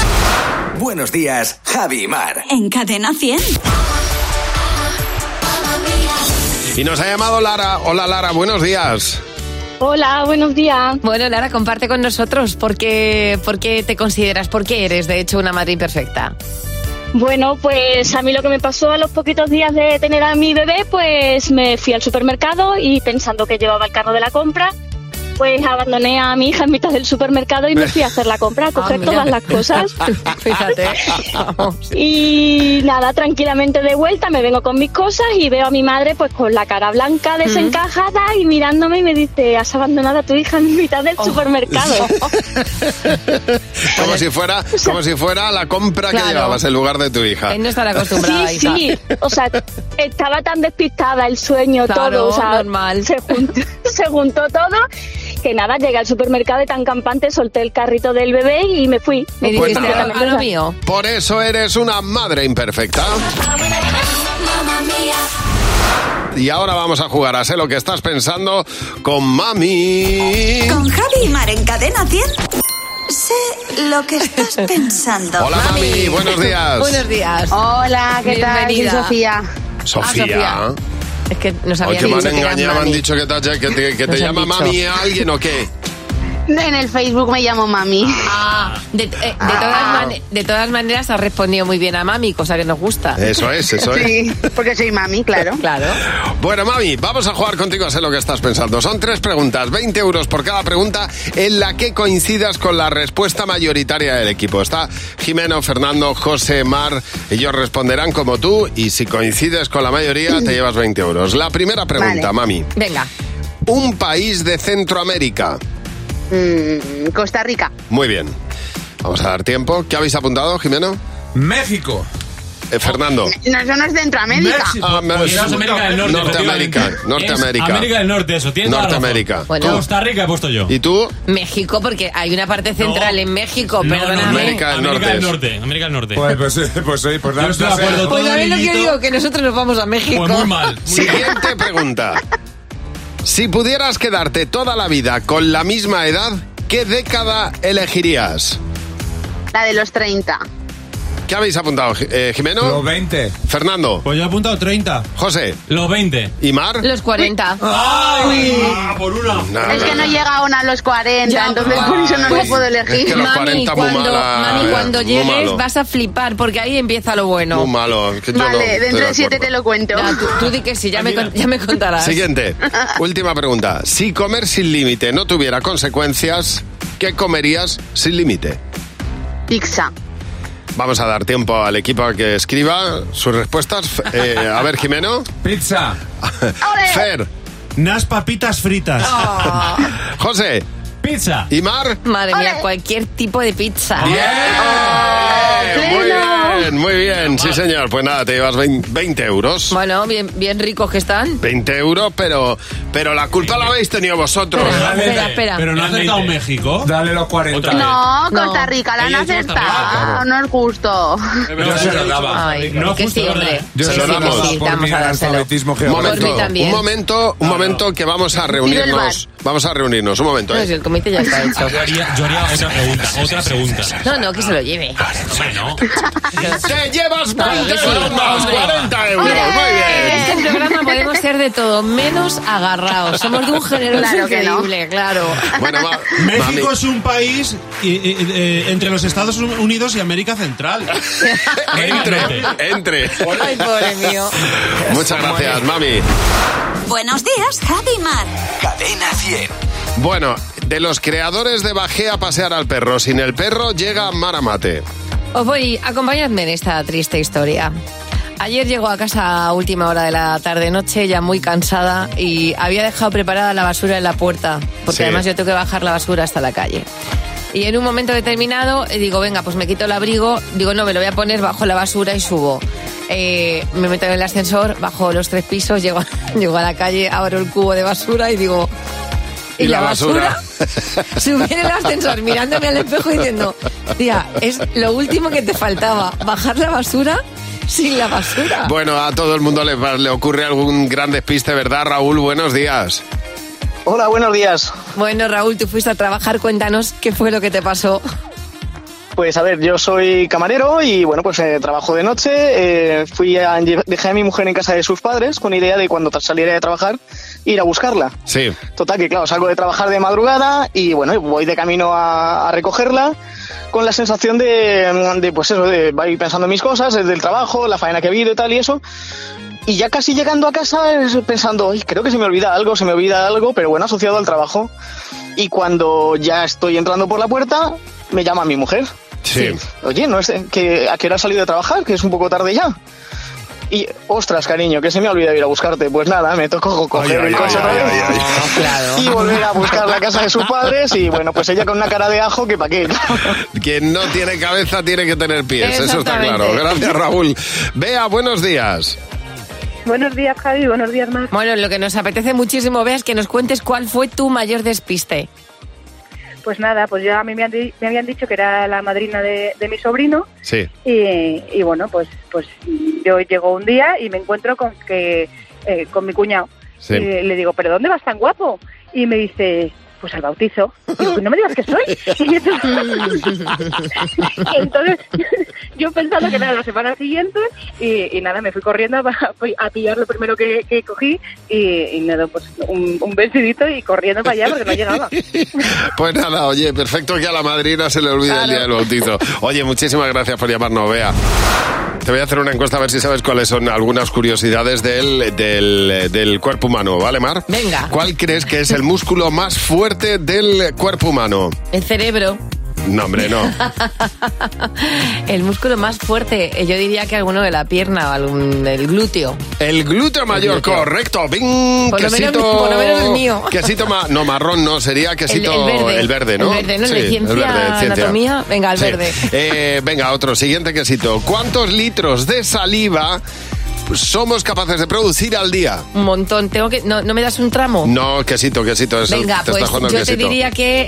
S2: Buenos días, Javi y Mar.
S1: En Cadena 100.
S3: Y nos ha llamado Lara. Hola, Lara, buenos días.
S4: Hola, buenos días. Bueno, Lara, comparte con nosotros por qué, por qué te consideras, por qué eres, de hecho, una madre imperfecta.
S31: Bueno, pues a mí lo que me pasó a los poquitos días de tener a mi bebé, pues me fui al supermercado y pensando que llevaba el carro de la compra, pues abandoné a mi hija en mitad del supermercado y me fui a hacer la compra, a coger
S4: Ah, mira.
S31: todas las cosas.
S4: Fíjate.
S31: Y nada, tranquilamente de vuelta me vengo con mis cosas y veo a mi madre pues con la cara
S4: Mm.
S31: blanca, desencajada y mirándome y me dice, has abandonado a tu hija en mitad
S4: Oh.
S31: del supermercado.
S3: Como si fuera, como si fuera la compra que
S31: Claro.
S3: llevabas en lugar de tu hija.
S4: estará acostumbrada,
S31: Sí,
S4: hija.
S31: sí. O sea, estaba tan despistada el sueño,
S4: Claro,
S31: todo. O sea,
S4: normal.
S31: Se juntó, se juntó todo. Que nada, llegué al supermercado y tan campante solté el carrito del bebé y me fui. Me fui
S3: Pues nada.
S4: "Ah,
S31: completamente.
S3: Por eso eres una madre imperfecta. Y ahora vamos a jugar a sé lo que estás pensando con mami.
S1: Con Javi y Mar en Cadena 100. Sé lo que estás pensando.
S3: Hola, mami. Mami, buenos días. Buenos
S4: días.
S31: Hola,
S4: ¿qué tal? Soy Bienvenida. Sofía.
S3: Sofía.
S4: Ah, Sofía. Es que nos
S3: Hoy
S4: habían
S3: que me han
S4: dicho que eran
S3: engañado, me han
S4: mami.
S3: dicho que te, que te- que te
S4: Nos han
S3: llama
S4: dicho.
S3: mami alguien o qué.
S11: En el Facebook me llamo mami.
S4: De, eh, de
S3: Ah.
S4: todas mane- de todas maneras, has respondido muy bien a mami, cosa que nos gusta.
S3: Eso es, eso es.
S11: Sí, porque soy mami, claro.
S4: Claro.
S3: Bueno, mami, vamos a jugar contigo a sé lo que estás pensando. Son tres preguntas, 20 euros por cada pregunta en la que coincidas con la respuesta mayoritaria del equipo. Está Jimeno, Fernando, José, Mar, ellos responderán como tú y si coincides con la mayoría te llevas 20 euros. La primera pregunta,
S11: Vale.
S3: mami.
S4: Venga.
S3: Un país de Centroamérica.
S11: Mm, Costa Rica.
S3: Muy bien. Vamos a dar tiempo. ¿Qué habéis apuntado, Jimeno? México. Fernando.
S11: No, eso no es Centroamérica.
S3: Ah, me-
S12: Pues América del Norte,
S3: Norteamérica.
S12: efectivamente.
S3: Norteamérica.
S12: Es América del Norte, eso. Tienes toda la razón.
S3: Norteamérica.
S12: Bueno. Costa Rica he puesto yo.
S3: ¿Y tú?
S4: México, porque hay una parte central en México, perdóname.
S12: América del Norte. América del Norte. Pues,
S22: pues, pues, sí, pues
S12: Yo estoy de
S22: no sé.
S12: acuerdo.
S4: Pues
S12: todo,
S4: a ver lo que
S12: amiguito.
S4: digo, que nosotros nos vamos a México.
S12: Pues muy mal.
S3: Siguiente pregunta. Si pudieras quedarte toda la vida con la misma edad, ¿qué década elegirías?
S11: La de los 30.
S3: ¿Qué habéis apuntado, Ji- eh, Jimeno? Los 20. Fernando. Pues yo he apuntado 30. José. Los 20. ¿Y Mar?
S4: Los 40.
S11: Uy.
S12: Ah,
S3: por una.
S11: Es que no llega aún a los 40, entonces por eso no lo puedo elegir.
S3: Es que los
S4: Mami,
S3: 40 muy
S4: cuando,
S3: mala,
S4: mami,
S3: eh,
S4: cuando
S3: muy
S4: llegues
S3: malo.
S4: vas a flipar, porque ahí empieza lo bueno.
S3: Muy malo. es que yo no estoy de acuerdo.
S11: lo cuento.
S4: tú, tú di que sí, ya me, con- ya me contarás.
S3: Siguiente. Última pregunta. Si comer sin límite no tuviera consecuencias, ¿qué comerías sin límite?
S11: Pizza.
S3: Vamos a dar tiempo al equipo a que escriba sus respuestas. F- eh, a ver, Jimeno. Pizza. Fer.
S5: Unas papitas fritas.
S3: José.
S5: Pizza. Ah.
S3: ¿Y Mar?
S4: Madre mía, cualquier tipo de pizza.
S3: Eh, muy bien, muy bien. Sí, señor. Pues nada, te llevas 20 20 euros.
S4: Bueno, bien, bien ricos que están.
S3: 20 euros, pero, pero la culpa la habéis tenido vosotros.
S4: espera, espera.
S5: Pero no ha acertado México. Dale los 40.
S11: No, Costa Rica, la han acertado. No es justo.
S3: Yo se lo daba.
S4: Ah, Ay, que sí, hombre.
S3: Yo se lo
S4: Sí,
S3: damos.
S4: sí, sí, vamos a dárselo.
S3: Un momento,
S4: Por mí también.
S3: un momento, un momento que vamos a
S4: Tiro el bar.
S3: reunirnos. Vamos a reunirnos, un momento.
S4: No, si
S3: eh.
S4: el comité ya está hecho.
S12: Yo haría, yo haría otra pregunta. Otra pregunta.
S4: No, no, que se lo lleve.
S12: Hombre, no.
S3: Te llevas
S4: Claro
S3: 20
S4: que sí.
S3: euros más,
S4: Hombre.
S3: 40 euros.
S4: Mira,
S3: Muy
S4: En
S3: bien.
S4: este programa podemos ser de todo, menos agarrados. Somos de un género
S11: Claro que no.
S4: increíble, claro.
S5: México es un país eh, eh, eh, entre los Estados Unidos y América Central.
S3: Entre, entre.
S4: Ay, pobre mío.
S3: Muchas gracias, mami.
S1: Buenos días, Javi y Mar. Cadena 100.
S3: Bueno, de los creadores de Bajé a pasear al perro, sin el perro llega Maramate.
S4: Os voy, acompañadme en esta triste historia. Ayer llegó a casa a última hora de la tarde-noche, ya muy cansada, y había dejado preparada la basura en la puerta, porque
S14: Sí.
S4: además yo tengo que bajar la basura hasta la calle. Y en un momento determinado eh, digo, venga, pues me quito el abrigo, digo, no, me lo voy a poner bajo la basura y subo. Eh, me meto en el ascensor, bajo los tres pisos, llego, llego a la calle, abro el cubo de basura y digo... ¿Y, la, basura? Subí en el ascensor mirándome al espejo diciendo, tía, es lo último que te faltaba, bajar la basura sin la basura.
S3: Bueno, a todo el mundo le, va- le ocurre algún gran despiste, ¿verdad, Raúl? Buenos días.
S15: Hola, buenos días.
S4: Bueno, Raúl, tú fuiste a trabajar, cuéntanos qué fue lo que te pasó.
S15: Pues a ver, yo soy camarero y bueno, pues eh, trabajo de noche. eh, fui a lle- dejé a mi mujer en casa de sus padres con idea de cuando tra- saliera de trabajar ir a buscarla.
S3: Sí.
S15: Total, que claro, salgo de trabajar de madrugada y bueno, voy de camino a, a recogerla con la sensación de, de, pues eso, de ir pensando en mis cosas, desde el trabajo, la faena que ha habido y tal y eso. Y ya casi llegando a casa es pensando, "Ay, creo que se me olvida algo, se me olvida algo, pero bueno, asociado al trabajo. Y cuando ya estoy entrando por la puerta, me llama mi mujer.
S3: Sí.
S15: Oye, ¿no es que, ¿a qué hora has salido de trabajar? Que es un poco tarde ya. Y, ostras, cariño, que se me ha olvidado ir a buscarte. Pues nada, me tocó coger el coche otra vez y volver a buscar la casa de sus padres. Y bueno, pues ella con una cara de ajo que pa' qué.
S3: Quien no tiene cabeza tiene que tener pies, eso está claro.
S15: Exactamente.
S3: Gracias, Raúl. Bea, buenos días.
S4: Buenos días, Javi, buenos días, Mar. Bueno, lo que nos apetece muchísimo, Bea, es que nos cuentes cuál fue tu mayor despiste.
S14: Pues nada, pues ya a mí me, han di- me habían dicho que era la madrina de, de mi sobrino
S3: Sí.
S14: y, y bueno, pues pues yo llego un día y me encuentro con que eh, con mi cuñado
S16: Sí.
S14: y le digo, pero ¿dónde vas tan guapo? Y me dice, pues al bautizo. Digo, "Pues no me digas que soy. Y entonces, entonces, yo pensando que era la semana siguiente y, y nada, me fui corriendo a, a pillar lo primero que, que cogí y, y nada, pues un, un vestidito y corriendo para allá porque no llegaba.
S3: Pues nada, oye, perfecto que a la madrina se le olvida el día del bautizo. Oye, muchísimas gracias por llamarnos, Bea. Te voy a hacer una encuesta a ver si sabes cuáles son algunas curiosidades del, del, del cuerpo humano, ¿vale, Mar?
S4: Venga.
S3: ¿Cuál crees que es el músculo más fuerte del cuerpo humano?
S4: El cerebro.
S3: No, hombre, no.
S4: El músculo más fuerte, eh, yo diría que alguno de la pierna, algún del glúteo.
S3: El glúteo mayor, correcto. Bing,
S4: Por lo menos-
S3: quesito.
S4: por lo menos el mío.
S3: Quesito ma- no, marrón no, sería quesito.
S4: el verde.
S3: ¿no?
S4: El verde, ¿no? El de ciencia,
S3: de
S4: anatomía. Venga, el verde.
S3: Eh, venga, otro, siguiente quesito. ¿Cuántos litros de saliva somos capaces de producir al día?
S4: Un montón. Tengo que. ¿No, no me das un tramo?
S3: No, quesito, quesito. Eso
S4: Venga,
S3: te
S4: pues
S3: está jugando el
S4: yo te
S3: quesito.
S4: diría que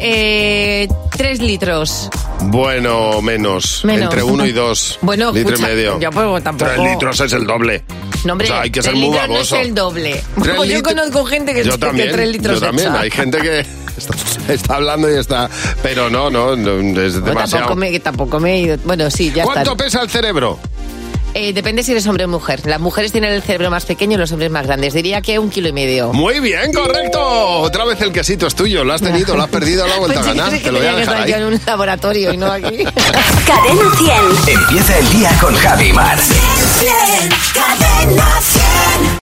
S4: eh, tres litros.
S3: Bueno, menos,
S4: Menos.
S3: Entre uno y dos.
S4: Bueno,
S3: litro
S4: escucha,
S3: y medio.
S4: yo, pues, tampoco-
S3: Tres litros es el doble.
S4: No, hombre,
S3: O sea, hay que
S4: tres
S3: ser muy
S4: litros
S3: baboso.
S4: no es el doble.
S3: Tres
S4: Pues yo
S3: litros-
S4: conozco gente que,
S3: yo
S4: que
S3: también,
S4: tres litros
S3: yo también.
S4: echa.
S3: Hay gente que está, está hablando y está... Pero no, no, no, es
S4: Bueno,
S3: demasiado.
S4: tampoco, me, que tampoco me he ido. Bueno, sí, ya
S3: ¿Cuánto
S4: está.
S3: pesa el cerebro?
S4: Eh, depende si eres hombre o mujer. Las mujeres tienen el cerebro más pequeño y los hombres más grandes. Diría que un kilo y medio.
S3: Muy bien, correcto. Otra vez el quesito es tuyo. Lo has tenido, lo has perdido, lo has vuelto a
S4: Pensé que
S3: ganar.
S4: Pues crees que
S3: Te lo voy a
S4: tenía que
S3: dejar
S4: estar
S3: ahí.
S4: yo en un laboratorio y no aquí.
S1: Cadena 100.
S2: Empieza el día con Javi Mar.
S1: Cadena 100.